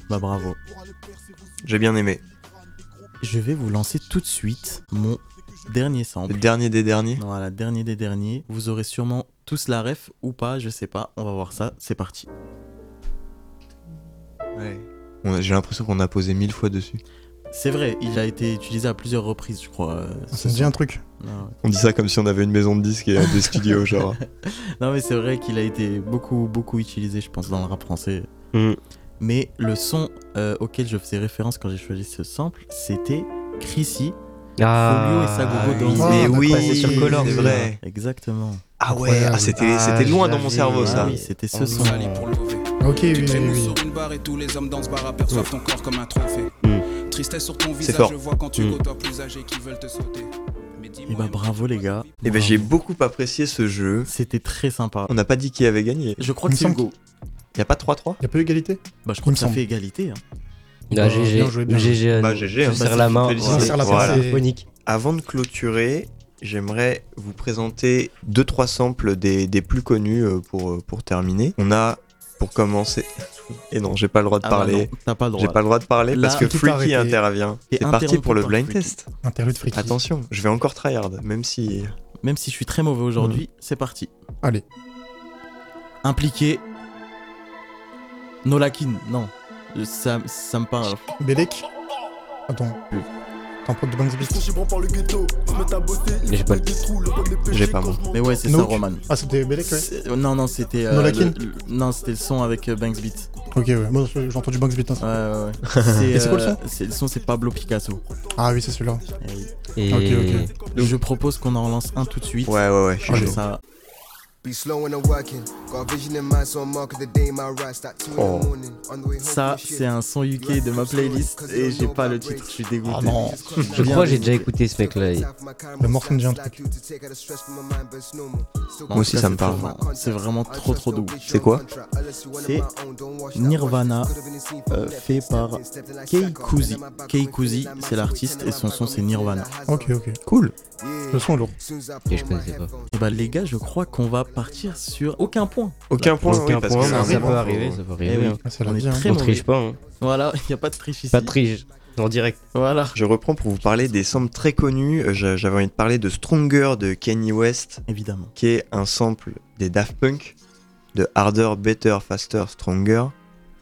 Bah, bravo. J'ai bien aimé. Je vais vous lancer tout de suite mon dernier sample. Le dernier des derniers. Voilà, dernier des derniers. Vous aurez sûrement tous la ref ou pas, je sais pas. On va voir ça. C'est parti. On a- J'ai l'impression qu'on a posé mille fois dessus. C'est vrai, il a été utilisé à plusieurs reprises, je crois. euh, ce Ça me dit son. un truc. Ah ouais. On dit ça comme si on avait une maison de disques et euh, des studios, genre. Non, mais c'est vrai qu'il a été beaucoup, beaucoup utilisé, je pense, dans le rap français. Mm. Mais le son euh, auquel je faisais référence quand j'ai choisi ce sample, c'était Chrissy. Folio et Ah, Sagogo oui, dans mais Ah, oui, d'accord, c'est sur Colors, Bah, c'est ça. vrai. Exactement. Ah ouais, ah, c'était c'était loin dans mon cerveau Ah ça. oui, c'était ce son. Ok, oui, oui, Nous oui. sur une barre et tous les hommes dans ce bar aperçoivent ton corps comme un trophée. Tristesse sur ton visage, fort. je vois quand tu Mm. côtoies plus âgés qui veulent te sauter. Mais Et bah bravo les gars. Et ben Bravo. j'ai beaucoup apprécié ce jeu. C'était très sympa. On n'a pas dit qui avait gagné. Je crois que c'est Hugo. Y a pas 3-3 Y a pas eu égalité Bah je Il crois me que ça semble. fait égalité. hein. Ah, GG. bien joué, bien joué. GG. Bah GG, hein. euh, Je serre la main. Félicitations. Ouais, serre la main, Voilà. c'est- Phonique. Avant de clôturer, j'aimerais vous présenter deux trois samples des, des plus connus euh, pour, euh, pour terminer. On a pour commencer et non, j'ai pas le droit de Ah bah parler. non, t'as pas le droit. J'ai pas le droit de parler Là, parce que tout Freaky arrêté. intervient. Et C'est parti interrompu pour le par blind Freaky. test. Interlude Freaky. Attention, je vais encore tryhard même si Même si je suis très mauvais aujourd'hui, c'est parti. Allez. Impliqué. Nolakin, non. Je- Ça, ça me parle. Belek Attends. T'es un pote de Bangs Beat. Mais j'ai pas le J'ai pas moi. Mais ouais, c'est ça, Nook. Roman. Ah, c'était Belek, ouais. C'est- Non, non, c'était. euh, Nolakin le- le- Non, c'était le son avec euh, Banks Beat. Ok, ouais. Moi, j'ai entendu Bangs Beat. hein. Ouais, ouais, ouais. Et c'est quoi le euh, son c'est- Le son, c'est Pablo Picasso. Ah, oui, c'est celui-là. Eh oui. Et- Ok, Donc, je propose qu'on en relance un tout de suite. Ouais, ouais, ouais, je suis Comme chaud. ça. Be slow when I'm working. Got a vision in mind, so I'm marking the day my rise. That two in Oh. the morning. On the way home. Ça, c'est un son UK de ma playlist et j'ai pas le titre, je suis Ah dégoûté. Je Bien crois que j'ai déjà dégoûté. écouté ce mec là. Le morceau me dit un truc. En Moi aussi, tout cas, ça me c'est parle. vraiment- C'est vraiment trop trop doux. C'est quoi C'est Nirvana euh, fait par Keikuzi. Keikuzi, c'est l'artiste et son son c'est Nirvana. Ok, ok. Cool. Le son est lourd. Ok, je connaissais pas. Et bah les gars, je crois qu'on va partir sur aucun point. Aucun point, Aucun oui, parce point, que ça, c'est peut bon, arriver, faut- ça peut Eh arriver. oui. Ah, ça l'a hein. On est bien. très On mauvais. triche pas, hein. Voilà, il n'y a pas de triche ici. Pas de triche, en direct. Voilà. Je reprends pour vous parler des samples très connus. Euh, j'a- J'avais envie de parler de Stronger de Kanye West. Évidemment. Qui est un sample des Daft Punk, de Harder, Better, Faster, Stronger,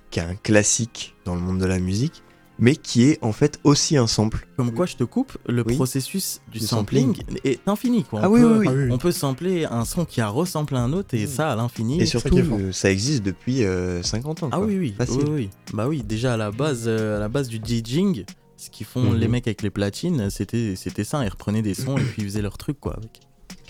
qui est un classique dans le monde de la musique, mais qui est en fait aussi un sample. Comme quoi, je te coupe, le Oui. processus du Du sampling, est infini. Quoi. Ah on oui, peut, oui, oui. Ah oui, oui. On peut sampler un son qui a ressemblé un autre et ça à l'infini. Et surtout, euh, ça existe depuis euh, 50 ans. Ah quoi. oui, oui, Facile. oui, oui. Bah oui, déjà à la base, euh, à la base du DJing, ce qu'ils font Mhm. les mecs avec les platines, c'était c'était ça. Ils reprenaient des sons et puis ils faisaient leur truc quoi. avec.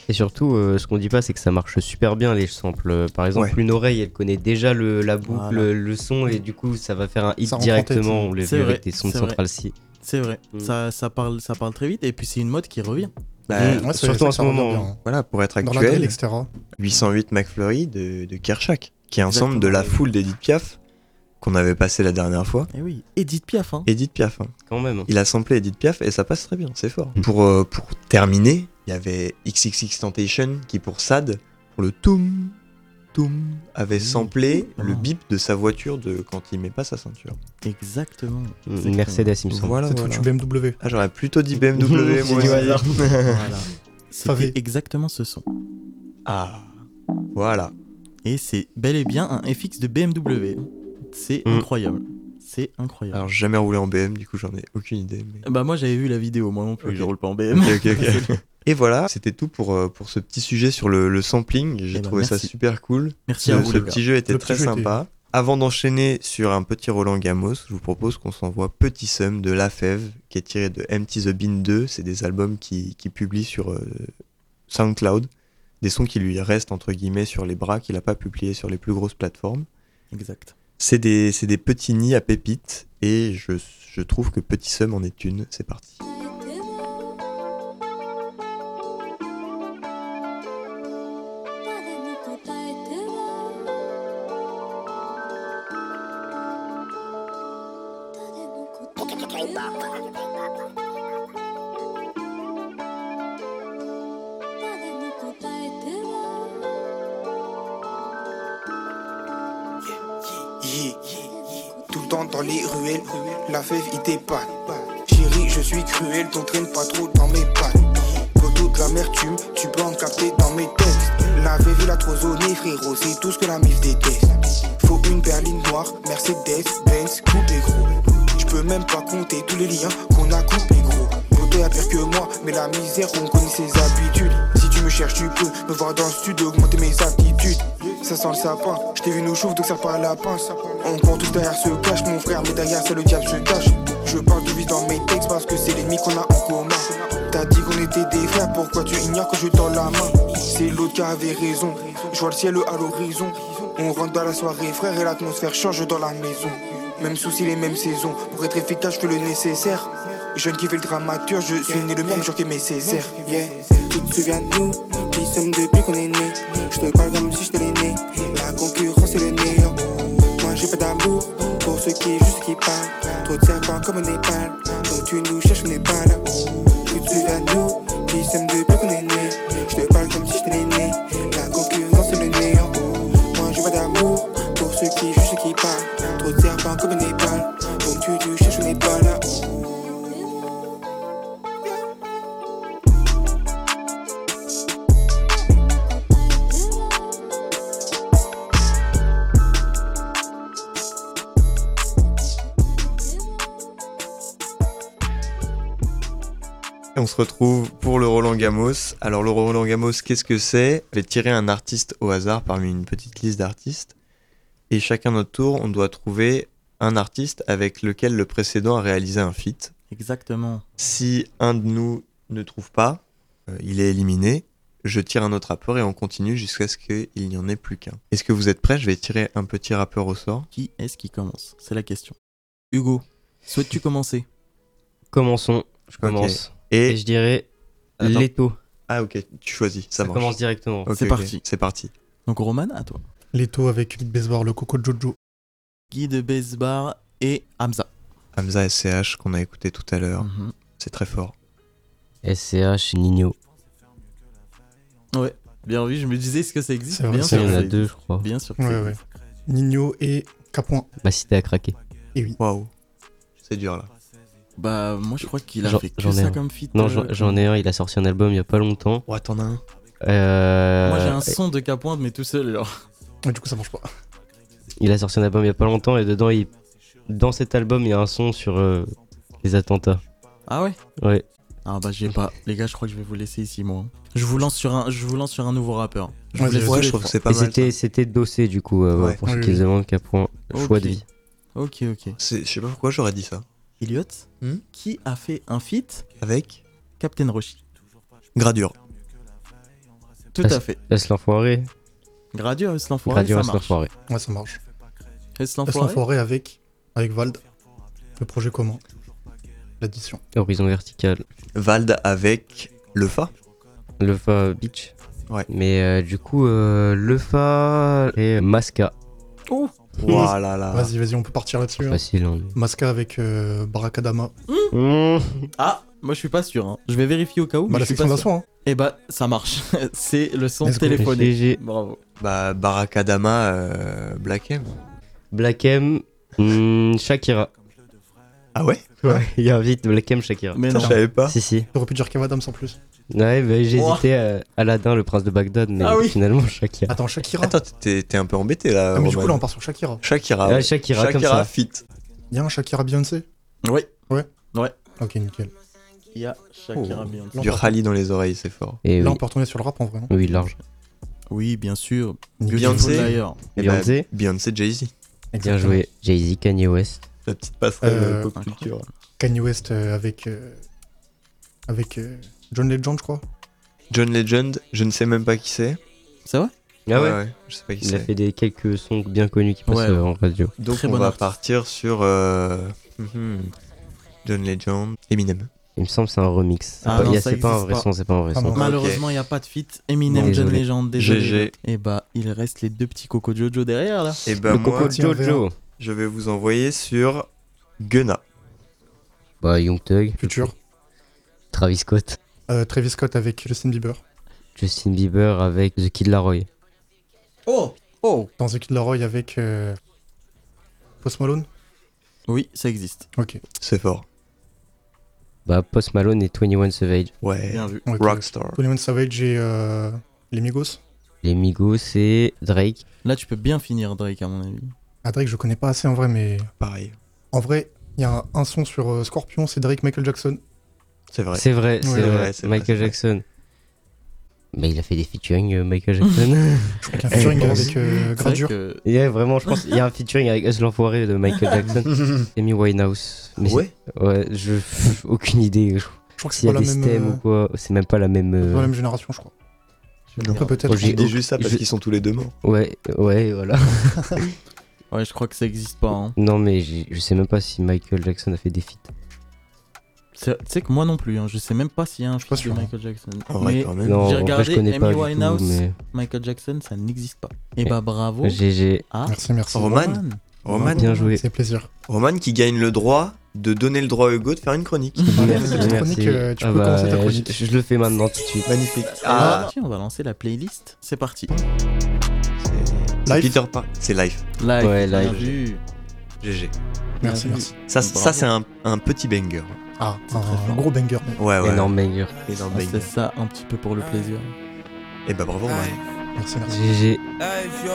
Et surtout, euh, ce qu'on dit pas, c'est que ça marche super bien les samples. Euh, Par exemple, Ouais. une oreille, elle connaît déjà le, la boucle, Voilà. le son, et du coup, ça va faire un hit Ça rentre en tête, directement. hein. On l'a C'est vu vrai, avec des sons de c'est vrai. Central C. C'est vrai. Mm. Ça, ça parle, ça parle très vite et puis c'est une mode qui revient. Bah, Mmh. Ouais, c'est- surtout en ce moment. bien, hein. Voilà, pour être Dans la actuel, drill, etc. 808 McFlurry de, de Kershak, qui est un sample de Exactement, la oui. foule d'Edith Piaf, qu'on avait passé la dernière fois. Et oui, Edith Piaf. Hein. Eh Edith Piaf. hein. Quand même. Il a samplé Edith Piaf et ça passe très bien, c'est fort. Pour, euh, pour terminer, il y avait XXX Temptation qui, pour Sad, pour le Toum, Toum, avait samplé le bip de sa voiture de quand il met pas sa ceinture. Mm, Exactement. Une Mercedes, il me semble. Voilà, C'est voilà. foutu BMW. Ah, j'aurais plutôt dit BMW, J'ai moi. dit au aussi. hasard. Voilà. Favé. C'était exactement ce son. Ah, voilà. Et c'est bel et bien un FX de BMW. C'est Mm. incroyable. C'est incroyable. Alors, j'ai jamais roulé en BM, du coup, j'en ai aucune idée. mais- Bah moi j'avais vu la vidéo, moi non plus, Ok. je roule pas en BM. Ok, ok, ok. Et voilà, c'était tout pour, euh, pour ce petit sujet sur le, le sampling. J'ai Eh ben, trouvé ça merci. super cool. Merci Ce- à vous, Ce les petit gars. jeu était Le très petit jeu était- sympa. Avant d'enchaîner sur un petit Roland Gamos, je vous propose qu'on s'envoie Petit Sum de La Fève, qui est tiré de Empty the Bean 2. C'est des albums qui, qui publient sur euh, SoundCloud, des sons qui lui restent entre guillemets sur les bras, qu'il n'a pas publiés sur les plus grosses plateformes. Exact. C'est des, c'est des petits nids à pépites, et je, je trouve que Petit Sum en est une. C'est parti. Yeah, yeah, yeah. Tout le temps dans les ruelles, la fève il t'épate. Chérie, je suis cruel, t'entraîne pas trop dans mes pattes. Coteau de l'amertume, tu peux en capter dans mes textes. La fève il a trop zoné, frérot, c'est tout ce que la mif déteste. Faut une berline noire, Mercedes, Benz, coupe les gros. Je peux même pas compter tous les liens qu'on a coupés gros. Coteau a pire que moi, mais la misère, on connaît ses habitudes. Si tu me cherches, tu peux me voir dans le sud, augmenter mes aptitudes. Ça sent le sapin, je t'ai vu nous chauffe, donc ça part à la pince. On court tous derrière ce cache, mon frère, mais derrière ça le diable se cache. Je parle de vie dans mes textes parce que c'est l'ennemi qu'on a en commun. T'as dit qu'on était des frères, pourquoi tu ignores que je tends la main C'est l'autre qui avait raison, je vois le ciel à l'horizon. On rentre dans la soirée, frère, et l'atmosphère change dans la maison. Même souci, les mêmes saisons, pour être efficace, je fais le nécessaire. Jeune qui fait le dramaturge, je suis né le même jour que mes Césaires. Yeah. Tu te souviens de nous, qui sommes depuis qu'on est né. Je te parle comme si je te l'ai né. La concurrence est le néant. Moi j'ai pas d'amour pour ceux qui juste qui parlent. Trop de serpents comme au Népal. Donc tu nous cherches, on n'est pas là. Tu te souviens de nous, qui sommes depuis qu'on est né. Je te parle comme si je te l'ai né. La concurrence est le néant. Moi j'ai pas d'amour pour ceux qui juste qui parlent. Trop de serpents comme au Népal. Donc tu nous cherches, on n'est pas là. Et on se retrouve pour le Roland Gamos. Alors le Roland Gamos, qu'est-ce que c'est Je vais tirer un artiste au hasard parmi une petite liste d'artistes. Et chacun notre tour, on doit trouver un artiste avec lequel le précédent a réalisé un feat. Exactement. Si un de nous ne trouve pas, euh, il est éliminé. Je tire un autre rappeur et on continue jusqu'à ce qu'il n'y en ait plus qu'un. Est-ce que vous êtes prêts Je vais tirer un petit rappeur au sort. Qui est-ce qui commence C'est la question. Hugo, souhaites-tu commencer Commençons. Je Ok. commence. Et- Et, je dirais Attends. Leto. Ah ok, tu choisis, ça, Ça marche. commence directement. Ok, C'est ok, parti. C'est parti. Donc Roman, à toi. Leto avec Big Baseball, le Coco Jojo. Guy de Besbar et Hamza. Hamza Mm-hmm. SCH qu'on a écouté tout à l'heure. Mhm. C'est très fort. SCH Nino. Bien oui, je me disais, est-ce que ça existe C'est vrai, Bien c'est sûr. Il que vrai. y en a ça deux, existe. je crois. Bien sûr. que Ouais, ça ouais. existe. Nigno et Capoin. Ma cité a craqué. Et oui. Waouh. C'est dur là. Bah, moi, je crois qu'il a J'en fait que j'en ai ça un. comme feat. Non, euh, j'en- j'en ai un, il a sorti un album il y a pas longtemps. Ouais, t'en as un. Euh, Moi, j'ai un son de Capointe, mais tout seul, alors. Ouais, du coup, ça marche pas. Il a sorti un album il y a pas longtemps et dedans, il... dans cet album, il y a un son sur euh, les attentats. Ah ouais Ouais. Ah bah j'ai pas. Les gars, je crois que je vais vous laisser ici moi. hein. Je vous lance sur un, je vous lance sur un nouveau rappeur. Je vous laisse tous les trois. Et c'était- C'était Dossé du coup, euh, Ouais. pour Oui, ceux qui oui. se demandent qu'à point choix de vie. Ok, ok. Je sais pas pourquoi j'aurais dit ça. Elliot, Hmm? qui a fait un feat avec Captain Roshi Gradure. Tout Est-ce- à fait. Est-ce l'enfoiré Gradure, est l'enfoiré Gradure, ça est-ce marche. l'enfoiré Ouais, ça marche. Est-ce Est-ce l'enfoiré l'enfoiré avec, avec Vald Le projet commun. L'addition. Horizon vertical. Vald avec le Fa. Le Fa Beach. Ouais. Mais euh, du coup, euh, le Fa et Masca. Oh Voilà là. Vas-y, vas-y, on peut partir là-dessus. hein. Facile. hein. Masca avec euh, Barakadama. Ah, moi je suis pas sûr. hein. Je vais vérifier au cas où. Bah, mais la je suis section pas d'un sûr. soin, hein. Eh bah ça marche. C'est le son Let's go. téléphoné. GG. Bravo. Bah, Barakadama, euh, Black M. Black M, hmm, Shakira. Ah ouais Ouais, il y a un vite Black M, Shakira. Mais Putain, non. je savais pas. Si, si. T'aurais pu dire Kev Adams en plus. Ouais, bah, j'ai Oh. hésité à Aladdin, le prince de Bagdad, mais Ah oui. finalement Shakira. Attends, Shakira. Attends, t'es t'es un peu embêté là. Ah, mais du coup, Roman. là, on part sur Shakira. Shakira. Ah, ouais. Shakira, comme ça. fit. Il y a un Shakira Beyoncé Ouais. Ouais. Ouais. Ok, nickel. Il y a Oh. Shakira Beyoncé. Du rallye dans les oreilles, c'est fort. là, on peut retourner sur le rap en vrai. hein. Oui, large. Oui, bien sûr. Beautiful Beyoncé. Liar. Eh ben, Beyoncé. Beyoncé, Jay-Z. Bien joué. Jay-Z, Kanye West. La petite passerelle Euh, euh, pop culture. Kanye West euh, avec. euh, avec euh, John Legend, je crois. John Legend, je ne sais même pas qui c'est. C'est vrai Ah ouais, Je sais pas qui Il a c'est. fait des, quelques sons bien connus qui passent Ouais. euh, en radio. Donc Très on bon va artiste. partir sur euh, mhm, John Legend, Eminem. Il me semble que c'est un remix. Ah Pas- non, il y a- ça c'est pas un existe vrai pas. son, c'est pas un vrai Ah son. bon. Malheureusement, il n'y a pas de feat. Eminem, Bon, John désolé. Legend, désolé. GG. Et bah, il reste les deux petits cocos Jojo derrière là. Et ben Le moi, Coco Jojo. je vais vous envoyer sur Gunna. Bah, Young Thug, Future. Travis Scott, Euh, Travis Scott avec Justin Bieber. Justin Bieber avec The Kid Laroi. Oh Oh Dans The Kid Laroi avec. euh, Post Malone Oui, ça existe. Ok. C'est fort. Bah, Post Malone et 21 Savage. Ouais. Bien vu. Ok. Rockstar. 21 Savage et. euh, les Migos. Les Migos et Drake. Là, tu peux bien finir Drake à mon avis. Ah, Drake, je connais pas assez en vrai, mais. Pareil. En vrai, il y a un, un son sur euh, Scorpion, c'est Drake Michael Jackson. C'est vrai. C'est vrai, c'est vrai. Ouais, ouais, c'est vrai, c'est Michael vrai. Jackson. Mais il a fait des featuring, euh, Michael Jackson. Avec un Eh, featuring bah, avec euh, C'est vrai Gradure. que- Il y a vraiment, je pense, il y a un featuring avec Us l'enfoiré de Michael Jackson. Amy Winehouse. Mais Ouais. c'est- Ouais, je. pff, Aucune idée. Je crois que c'est S'il y a pas des la même, stems euh, ou quoi, c'est même pas la même. C'est pas euh, la même génération, je crois. Après, peut-être. Oh, Je j'ai- dis juste ça parce je- qu'ils sont tous les deux morts. Ouais, ouais, voilà. Ouais, je crois que ça existe pas. hein. non, mais j'ai- je sais même pas si Michael Jackson a fait des feats. C'est- Tu sais que moi non plus, hein, je sais même pas Oh s'il y a un pas feat de sûr, hein. Michael Jackson. En vrai, Mais quand même. Non, en j'ai vrai, je regardé connais pas Amy du tout, Winehouse, mais- Michael Jackson, ça n'existe pas. Et bah bravo. GG. Ah, Merci, merci. Roman. Roman. Bien joué. C'est plaisir. Roman qui gagne le droit de donner le droit à Hugo de faire une chronique. Allez, Ah, c'est ta chronique, euh, tu peux commencer ta chronique. Ah bah, Je, je le fais maintenant tout de suite. Magnifique. Ah. Ah, on va lancer la playlist. C'est parti. c'est Life. Peter Pan. C'est live. Live. Ouais, bien live. vu. GG. Merci, Bien merci. vu. Ça, Bravo. ça c'est un, un petit banger. Ah, C'est très un fort. gros banger. Ouais, ouais. Énorme banger. Énorme Ah, C'est banger. ça, un petit peu pour le plaisir. Et bah bravo, Ah, Roman. Merci, merci. GG. life, yo.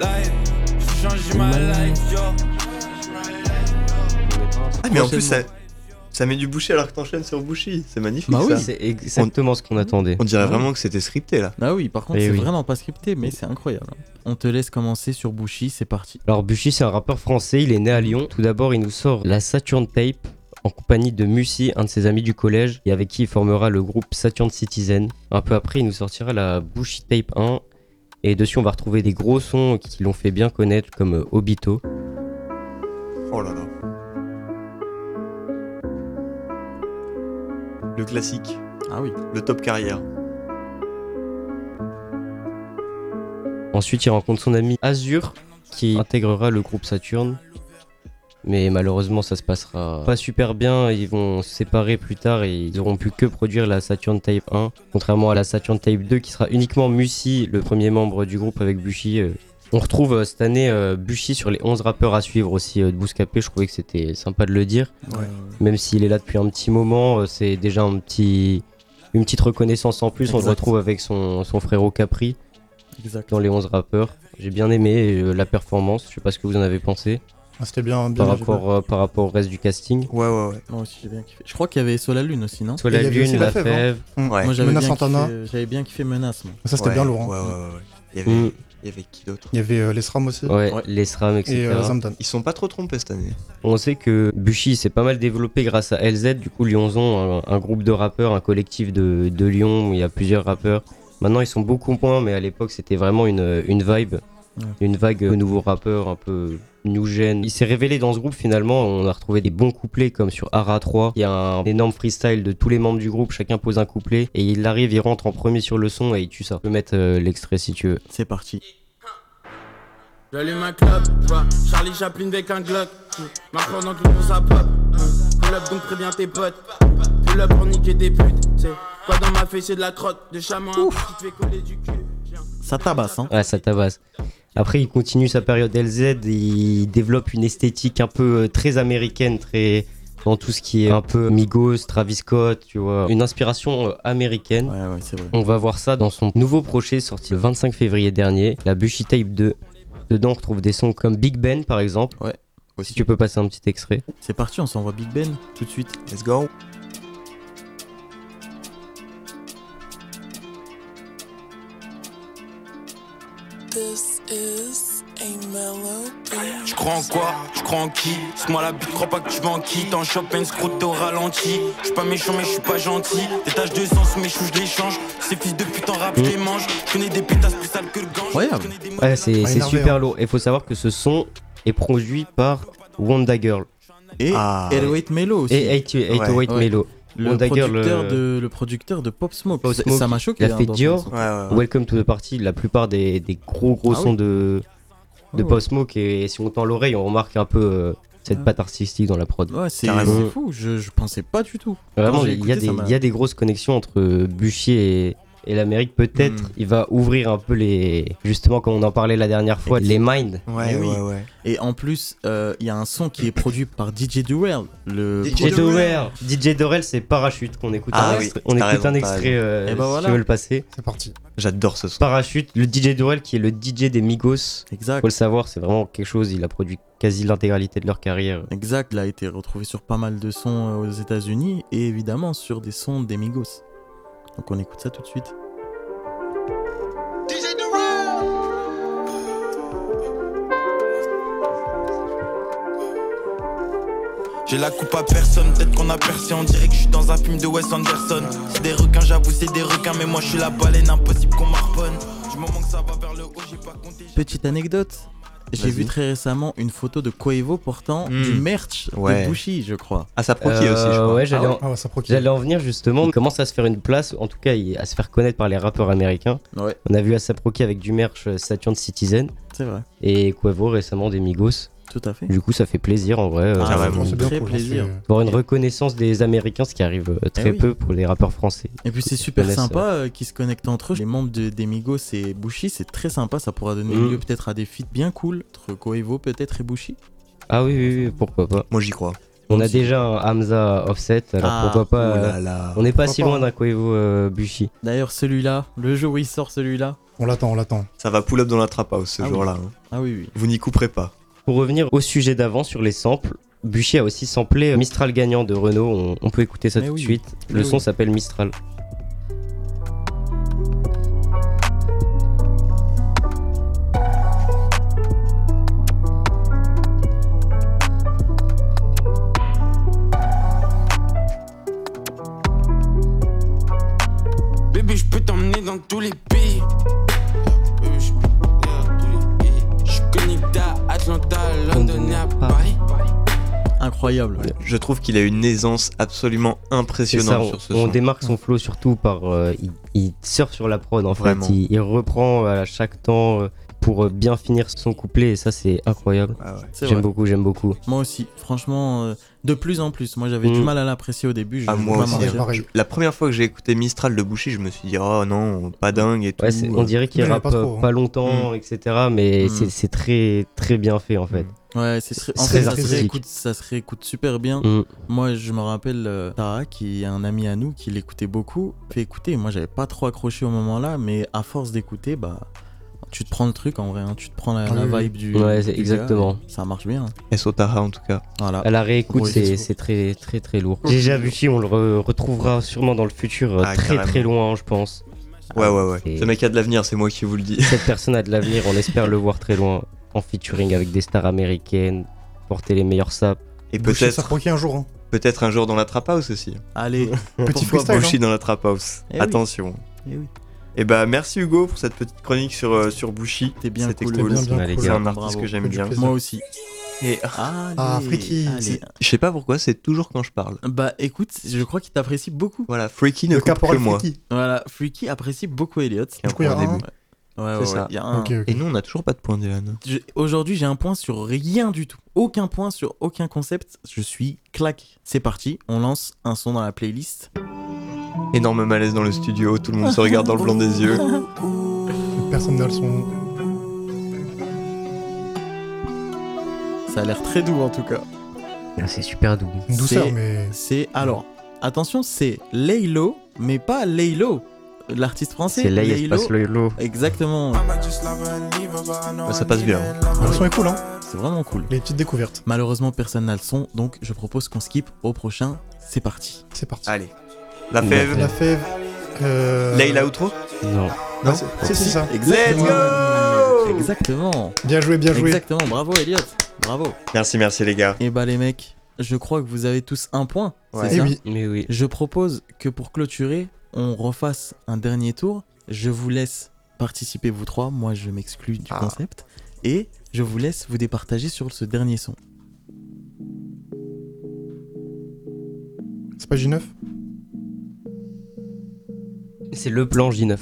Life, j'ai changé ma life, yo. Ah, mais en plus, ça, ça met du boucher alors que t'enchaînes sur bouchy. C'est magnifique. Bah oui. ça. C'est exactement ce qu'on attendait. On dirait Ah. vraiment que c'était scripté là. Ah oui, par contre, Eh c'est oui. vraiment pas scripté, mais c'est incroyable. hein. On te laisse commencer sur Bushi, c'est parti. Alors Bushi c'est un rappeur français, il est né à Lyon. Tout d'abord il nous sort la Saturn Tape en compagnie de Musi, un de ses amis du collège, et avec qui il formera le groupe Saturn Citizen. Un peu après il nous sortira la Bushi Tape 1, et dessus on va retrouver des gros sons qui l'ont fait bien connaître comme euh, Obito. Oh là là. Le classique, Ah oui. le top carrière. Ensuite il rencontre son ami Azur qui intégrera le groupe Saturn. Mais malheureusement, ça se passera pas super bien. Ils vont se séparer plus tard et ils auront pu que produire la Saturn Tape 1. Contrairement à la Saturn Tape 2 qui sera uniquement Musi, le premier membre du groupe avec Bushi. euh. On retrouve euh, cette année euh, Bushi sur les 11 rappeurs à suivre aussi euh, de Bouscapé. Je trouvais que c'était sympa de le dire. Euh, Ouais. Même s'il est là depuis un petit moment, euh, c'est déjà un petit, une petite reconnaissance en plus. On le Exact. retrouve avec son, son frérot Capri Exact. dans les 11 rappeurs. J'ai bien aimé euh, la performance. Je sais pas ce que vous en avez pensé. Ah, c'était bien, bien, par, j'ai rapport, euh, par rapport au reste du casting. Ouais, ouais, ouais. Moi aussi, j'ai bien kiffé. Je crois qu'il y avait Sola Lune aussi, non Sola Il y avait Lune, aussi La La Fève, Fève. hein. Ouais. Moi, j'avais Menace bien, Santana. kiffé- euh, j'avais bien kiffé Menace. Moi. Mmh, Ça, c'était Ouais, bien lourd. Ouais, hein. ouais, ouais. ouais. Il y avait, Mm. il y avait qui d'autre Il y avait euh, les SRAM aussi. Ouais, les SRAM, etc. Et euh, Zamdan. Ils sont pas trop trompés cette année. On sait que Bushi s'est pas mal développé grâce à LZ, du coup Lyonzon, un, un groupe de rappeurs, un collectif de, de Lyon où il y a plusieurs rappeurs. Maintenant ils sont beaucoup moins, mais à l'époque c'était vraiment une, une vibe, Ouais. une vague de nouveaux rappeurs un peu new gen. Il s'est révélé dans ce groupe finalement, on a retrouvé des bons couplets comme sur Ara 3. Il y a un énorme freestyle de tous les membres du groupe, chacun pose un couplet et il arrive, il rentre en premier sur le son et il tue ça. Je peux mettre euh, l'extrait si tu veux. C'est parti. J'allume un club, ouais. Charlie Chaplin avec un Glock. Mm. Marche pendant que nous ça pop. Mm. Pull up donc préviens tes potes. Pull up pour niquer des putes. C'est quoi dans ma fessée de la crotte de chamois un truc qui te fait coller du cul. Ça tabasse, hein Ouais, ça tabasse. Après, il continue sa période LZ, il développe une esthétique un peu euh, très américaine, très dans tout ce qui est un peu Migos, Travis Scott, tu vois. Une inspiration euh, américaine. On va voir ça dans son nouveau projet sorti le 25 février dernier, la Bushy Tape 2. Dedans, on retrouve des sons comme Big Ben, par exemple. Ouais. Si tu peux passer un petit extrait. C'est parti, on s'envoie Big Ben tout de suite. Let's go. This is a melody. Je crois en quoi Je crois en qui C'est moi la bite, crois pas que tu m'en quittes En Chopin, scroute au ralenti Je suis pas méchant mais je suis pas gentil Des tâches de sens mais je les change Ces fils de pute en rap je les mange Je connais des putes plus sales que le gang Incroyable. Ouais, c'est Ah, c'est énervé, super hein. lourd. Et faut savoir que ce son est produit par Wanda Girl. Et 808 Ah, Melo aussi. ah, Et 8- 808 Ouais. Mello. Le Wanda Girl, producteur, euh, de, le producteur de Pop Smoke. Pop Ça- Smoke, Ça m'a choqué. Il a hein, fait dans Dior, son- Welcome to the Party, la plupart des, des gros gros Ah sons oui. de, de Ah ouais. Pop Smoke. Et si on tend l'oreille, on remarque un peu euh, cette patte artistique dans la prod. Ouais, c'est Carrément. c'est fou, je, je pensais pas du tout. Vraiment, Quand j'ai il y, a écouté, des, ça m'a- il y a des grosses connexions entre euh, Buchy et, et l'Amérique. Peut-être Hmm. il va ouvrir un peu les. Justement, comme on en parlait la dernière fois, les minds. Eh Mais oui. Et en plus, euh, il y a un son qui est produit par DJ Duel. Le DJ Dorel, DJ Dorel, c'est Parachute qu'on écoute. Ah un oui, extrait- on t'as écoute raison, un t'as extrait raison. euh, Eh ben si voilà. tu veux le passer. C'est parti. J'adore ce son. Parachute, le DJ Dorel qui est le DJ des Migos. Exact. Faut le savoir, c'est vraiment quelque chose. Il a produit quasi l'intégralité de leur carrière. Exact, il a été retrouvé sur pas mal de sons euh, aux États-Unis et évidemment sur des sons des Migos. Donc on écoute ça tout de suite. J'ai la coupe à personne, peut-être qu'on a percé, on dirait que je suis dans un film de Wes Anderson. C'est des requins, j'avoue, c'est des requins, mais moi je suis la baleine, impossible qu'on m'arponne. Du moment que ça va vers le haut, j'ai pas compté. Petite anecdote, j'ai Vas-y. vu très récemment une photo de Koevo portant Mm. du merch Ouais. de Bushi, je crois. Ah, ça Euh, Ouais, Ah j'allais Ah en... j'allais en venir justement. Il commence à se faire une place, en tout cas il- à se faire connaître par les rappeurs américains. Ouais. On a vu Asaproki avec du merch euh, Saturn Citizen. C'est vrai. Et Quavo récemment des Migos. Tout à fait. Du coup, ça fait plaisir en vrai. Ah, euh, ça vraiment. fait très plaisir. euh, Voir une reconnaissance des Américains, ce qui arrive euh, très Eh oui. peu pour les rappeurs français. Et puis c'est Qui super connaissent, sympa euh, qu'ils se connectent entre eux. Les membres de, des Migos et Bushi, c'est très sympa. Ça pourra donner Mm. lieu peut-être à des feats bien cool entre Koevo peut-être et Bushi. Ah oui, oui, oui, pourquoi pas. Moi j'y crois. On a déjà un Hamza Offset, alors Ah, pourquoi Oh pas. oulala. euh, On n'est pas Pourquoi si pas hein. loin d'un Quavo euh, Bushi. D'ailleurs, celui-là, le jour où il sort celui-là. On l'attend, on l'attend. Ça va pull up dans la trap house ce Ah oui. jour-là. hein. Ah oui, oui. Vous n'y couperez pas. Pour revenir au sujet d'avant sur les samples, Bushi a aussi samplé euh, Mistral gagnant de Renault. On, on peut écouter ça Mais tout de Eh oui. suite. Mais Le son oui. s'appelle Mistral. Bébé, je peux t'emmener dans tous les pays. Bébé, je peux t'emmener dans tous les pays. J'suis Connecta, Atlanta, London et à Paris. Incroyable. Je trouve qu'il a une aisance absolument C'est ça, impressionnante on, sur ce on son. démarque son flow surtout par. euh, il, il surfe sur la prod en Vraiment. fait. Il, il reprend à chaque temps euh, pour euh, bien finir son couplet et ça c'est incroyable. C'est J'aime vrai. beaucoup, j'aime beaucoup. Moi aussi, franchement, euh, de plus en plus. Moi, j'avais du Mm. mal à l'apprécier au début. Je Ah, je moi vais aussi. m'arrêter. hein. Je- La première fois que j'ai écouté Mistral de Bouchy, je me suis dit, oh non, pas dingue et Ouais, tout. c'est- on dirait qu'il rappe euh, hein. pas, longtemps, etc. Mais Mm. c'est- c'est très très bien fait en fait. Ouais, c'est très, en très fait, ça se, artistique. réécoute, ça se réécoute super bien. Mm. Moi, je me rappelle euh, Tara, qui est un ami à nous, qui l'écoutait beaucoup. Fait écouter, moi, j'avais pas trop accroché au moment-là, mais à force d'écouter, bah, tu te prends le truc en vrai, hein, tu te prends la, la Oui, oui. vibe du. Ouais, c'est du gars, exactement. et Ça marche bien. Et Sotara en tout cas. Voilà. Ah. À la réécoute, Gros c'est bisous. c'est très très très lourd. J'ai Abuchi, on le re- retrouvera sûrement dans le futur, euh, Ah, très carrément. très loin, je pense. Ouais, ouais, ouais. c'est- Ce mec a de l'avenir, c'est moi qui vous le dis. Cette personne a de l'avenir, on espère le voir très loin, en featuring avec des stars américaines, porter les meilleurs sapes. Et Boucher peut-être. ça croquait un jour, hein. Peut-être un jour dans la Trap House aussi. Allez, Petit pourquoi freestyle, pas. Bouchy dans la Trap House. Eh oui. Attention. Eh oui. Et bah merci Hugo pour cette petite chronique sur, euh, sur Bouchy. T'es bien C'était cool, cool. Ah, bien, bien Ouais, les cool. gars, C'est un Bravo. artiste que j'aime Que du bien. plaisir. Moi aussi. Et Ah, Freaky. allez. Je sais pas pourquoi, c'est toujours quand je parle. Bah écoute, je crois qu'il t'apprécie beaucoup. Voilà, Freaky ne coupe que moi. Voilà, Freaky apprécie beaucoup Elliot. Du coup, il y a un début. Ouais, ouais, C'est ouais, ça. il y a un- Et nous, on n'a toujours pas de point, Dylan. Je- Aujourd'hui, j'ai un point sur rien du tout. Aucun point sur aucun concept. Je suis claque. C'est parti, on lance un son dans la playlist. Énorme malaise dans le studio, tout le monde se regarde dans le blanc des yeux. Personne n'a le son. Ça a l'air très doux en tout cas. Ah, C'est super doux. Une douceur, C'est- mais- C'est. Alors, attention, c'est Laylo, mais pas Laylo, l'artiste français. C'est Lay Laylo. espace Laylo. Exactement. Ça passe bien. Le son est cool, hein. C'est vraiment cool. Les petites découvertes. Malheureusement, personne n'a le son, donc je propose qu'on skip au prochain. C'est parti. C'est parti. Allez. La fève. La fève. Euh... Layla Outro Non. Non, c'est c'est- c'est ça. Exactement. Let's go Exactement. Bien joué, bien joué. Exactement. Bravo, Elliot. Bravo. Merci, merci les gars. Et bah les mecs, je crois que vous avez tous un point. Ouais. C'est Eh ça oui. Mais oui. Je propose que pour clôturer, on refasse un dernier tour. Je vous laisse participer vous trois. Moi, je m'exclus Ah. du concept. Et je vous laisse vous départager sur ce dernier son. C'est pas G9 C'est le plan J9.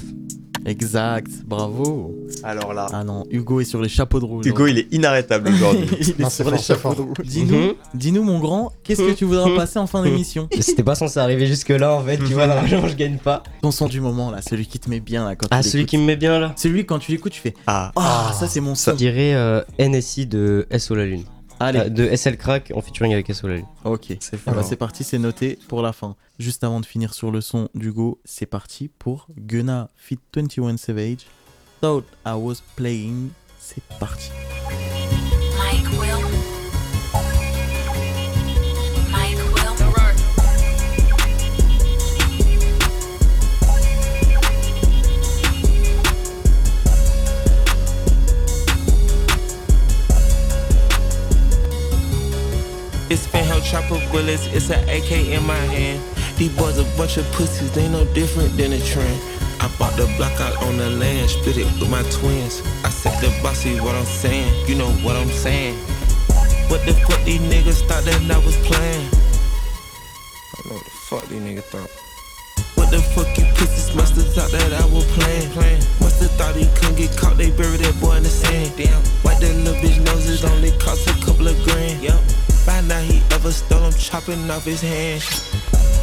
Exact. Bravo. Alors là. Ah non, Hugo est sur les chapeaux de roue. Hugo, il est inarrêtable aujourd'hui. Il est Non, c'est sur les fort, c'est chapeaux de fort. roue. Dis-nous, Mhm. dis-nous, mon grand, qu'est-ce que tu voudras passer en fin d'émission C'était pas censé arriver jusque-là en fait, tu vois, normalement je gagne pas. Ton son du moment là, celui qui te met bien là quand Ah, tu celui qui me met bien là Celui quand tu l'écoutes, tu fais Ah, Ah, ça c'est mon Je son. dirais euh, NSI de SO La Lune. Allez. Euh, de SL Crack en featuring avec SO La Lune. Ok, c'est fort. c'est parti, c'est noté pour la fin. Juste avant de finir sur le son d'Hugo, c'est parti pour Gunna Fit 21 Savage. Thought I was playing. C'est parti. Mike Will. Mike Will. It's been hell chopper bullets, it's an AK in my Oh. hand. These boys a bunch of pussies, they no different than a trend. I bought the block out on the land, split it with my twins. I said the bossy what I'm saying, you know what I'm saying. What the fuck these niggas thought that I was playing? I know what the fuck these niggas thought. What the fuck you pussies must have thought that I was playing? playing. Must have thought he couldn't get caught, they buried that boy in the sand. Damn, wipe that little bitch noses, only cost a couple of grand. Yep. By now he ever stole, I'm chopping off his hand.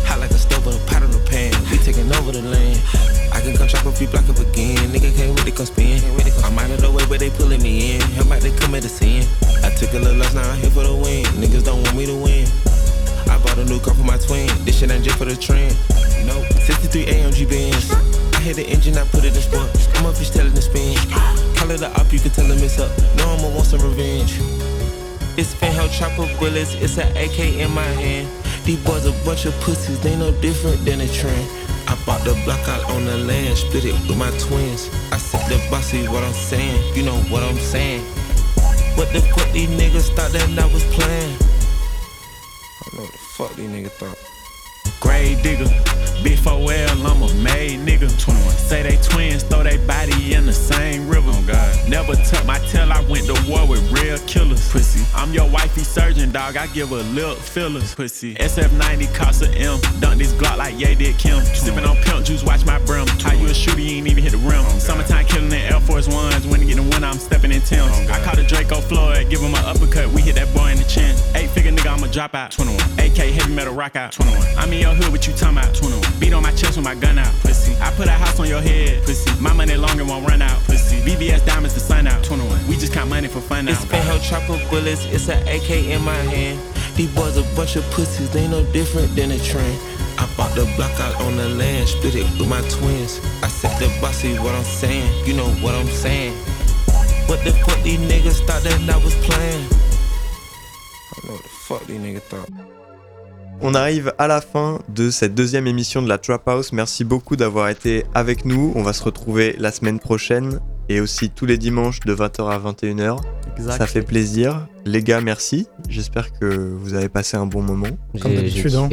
Hot like a stove with a pot on the pan. We taking over the land. I can come chop a few block up again. Nigga can't wait to come spin. I'm out of the way, but they pulling me in. Him out, they coming to sin. I took a little loss, now I'm here for the win. Niggas don't want me to win. I bought a new car for my twin. This shit ain't just for the trend. Nope. 63 AMG Benz. I hit the engine, I put it in sport. I'm a fish telling the spin. Call it a op, you can tell him it's up. No, I'ma want some revenge. It's been hell chopper bullets, it's an AK in my hand. These boys a bunch of pussies, they no different than a trend. I bought the block out on the land, split it with my twins. I said the bossy what I'm saying, you know what I'm saying. What the fuck these niggas thought that I was playing? I know what the fuck these niggas thought. Grave digger, big 4L, I'm a made nigga. 21. Say they twins, throw they body in the same river. Never tuck my tail, I went to war with real killers. Pussy. I'm your wifey surgeon, dog. I give a lip fillers. Pussy. SF90 cost a M. Dunk this Glock like Ye did Kim. Sipping on pimp juice, watch my brim. How you a shooter, you ain't even hit the rim. Summertime killing the Air Force Ones. When it get the win, I'm stepping give him an uppercut. We hit that boy in the chin. Eight figure nigga, I'ma drop out. 21. AK heavy metal rock out. 21. I'm in your hood, what you talking about? 21. Beat on my chest with my gun out. Pussy. I put a house on your head. Pussy. My money long and won't run out. Pussy. VVS diamonds the sun out. 21. We just count money for fun It's out. been hell chopper bullets, it's an AK in my hand. These boys a bunch of pussies, they no different than a train. I bought the block out on the land, split it with my twins. I said the bossy what I'm saying, you know what I'm saying. What the fuck these niggas thought that I was playing? I don't know what the fuck these niggas thought. On arrive à la fin de cette deuxième émission de la Trap House. Merci beaucoup d'avoir été avec nous. On va se retrouver la semaine prochaine et aussi tous les dimanches de 20h à 21h. Exact. Ça fait plaisir. Les gars, merci. J'espère que vous avez passé un bon moment. Comme d'habitude, hein.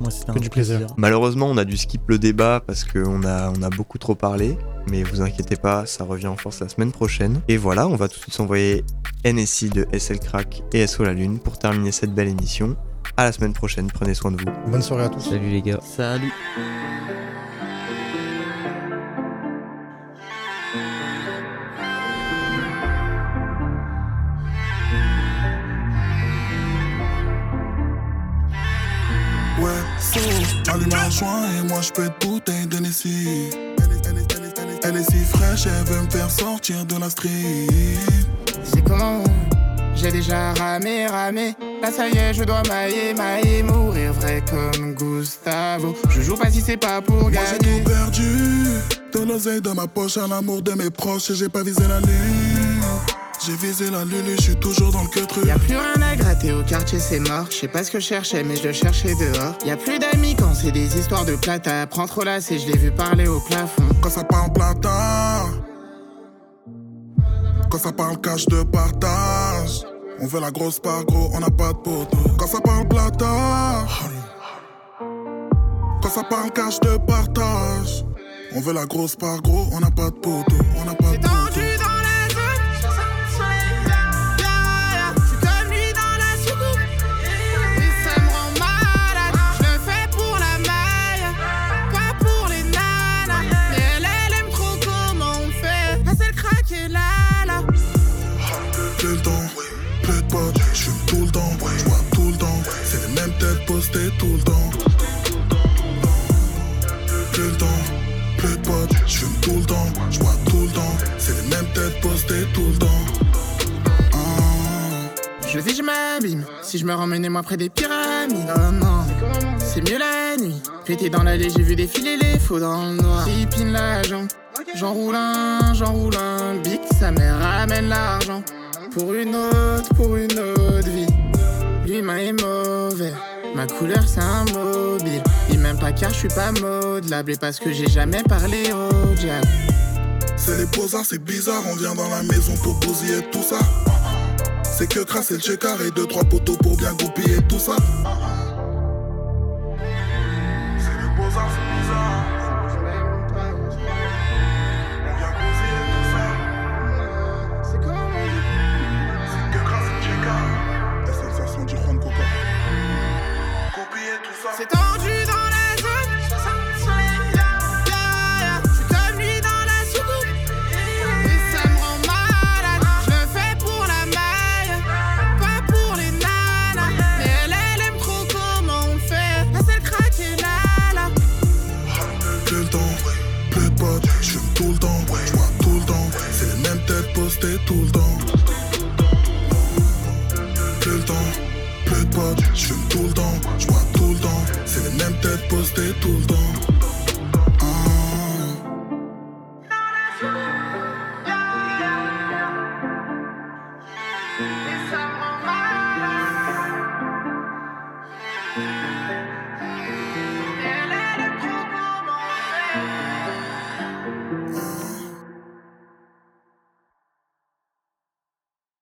Moi, c'était Que un du plaisir. Malheureusement, on a dû skip le débat parce qu'on a, on a beaucoup trop parlé. Mais vous inquiétez pas, ça revient en force la semaine prochaine. Et voilà, on va tout de suite s'envoyer NSI de SL Crack et SO La Lune pour terminer cette belle émission. À la semaine prochaine, prenez soin de vous. Bonne soirée à tous. Salut les gars. Salut. Ouais, so, allume un joint et moi je pète bouteille de Nessie. Elle est si fraîche, elle veut me faire sortir de la street. C'est comment J'ai déjà ramé, ramé. Là ça y est, je dois mailler, mailler, mourir vrai comme Gustavo. Je joue pas si c'est pas pour Moi j'ai gagner. tout perdu De l'oseille dans ma poche, à l'amour de mes proches Et j'ai pas visé la lune J'ai visé la lune et je suis toujours dans le que truc Plus rien à gratter au quartier, c'est mort. Je sais pas ce que je cherchais, mais je le cherchais dehors. Y a plus d'amis quand c'est des histoires de plata. Prends trop là, c'est je l'ai vu parler au plafond. Quand ça part en plata. Quand ça parle cash de partage On veut la grosse part gros, on n'a pas de poteau Quand ça parle plata Quand ça parle cash de partage On veut la grosse part gros, on n'a pas de poteau On n'a pas de poteau Comme lui dans la soucoupe Et ça me rend malade Je le fais pour la maille Pas pour les nanas Mais elle, elle aime trop comment on fait Ah c'est le crack et là là Plus le temps, plus de potes, je fume tout le temps, je bois tout le temps, c'est les mêmes têtes postées tout le temps. Plus le temps, plus de potes, je fume tout le temps, je bois tout le temps, c'est les mêmes têtes postées tout le temps. Je vis, je m'abîme. Si je me ramenais moi près des pyramides. Oh non, c'est mieux la nuit. Pété dans l'allée, j'ai vu défiler les faux dans le noir. J'épine l'argent. J'en roule un, j'en roule un. Big, sa mère ramène l'argent. Pour une autre, pour une autre vie. L'humain est mauvais. Ma couleur, c'est un mobile. Il m'aime pas car je suis pas modelable. Et parce que j'ai jamais parlé au diable. C'est les posards, c'est bizarre, on vient dans la maison pour bousiller tout ça. C'est que crasse et le checker et deux trois poteaux pour bien goupiller tout ça. C'est tendu dans la zone. Je suis comme lui dans la soucoupe. Et ça me rend malade. Je le fais pour la maille, pas pour les nanas. Mais elle, elle aime trop comment on fait. Ah, c'est le crack et là là. Plus le temps, plus de potes, je fume tout le temps, je bois tout le temps, c'est les mêmes têtes postées tout le temps. Plus le temps, plus de potes, je fume tout le temps, je bois tout le temps, c'est les mêmes têtes postées tout le temps.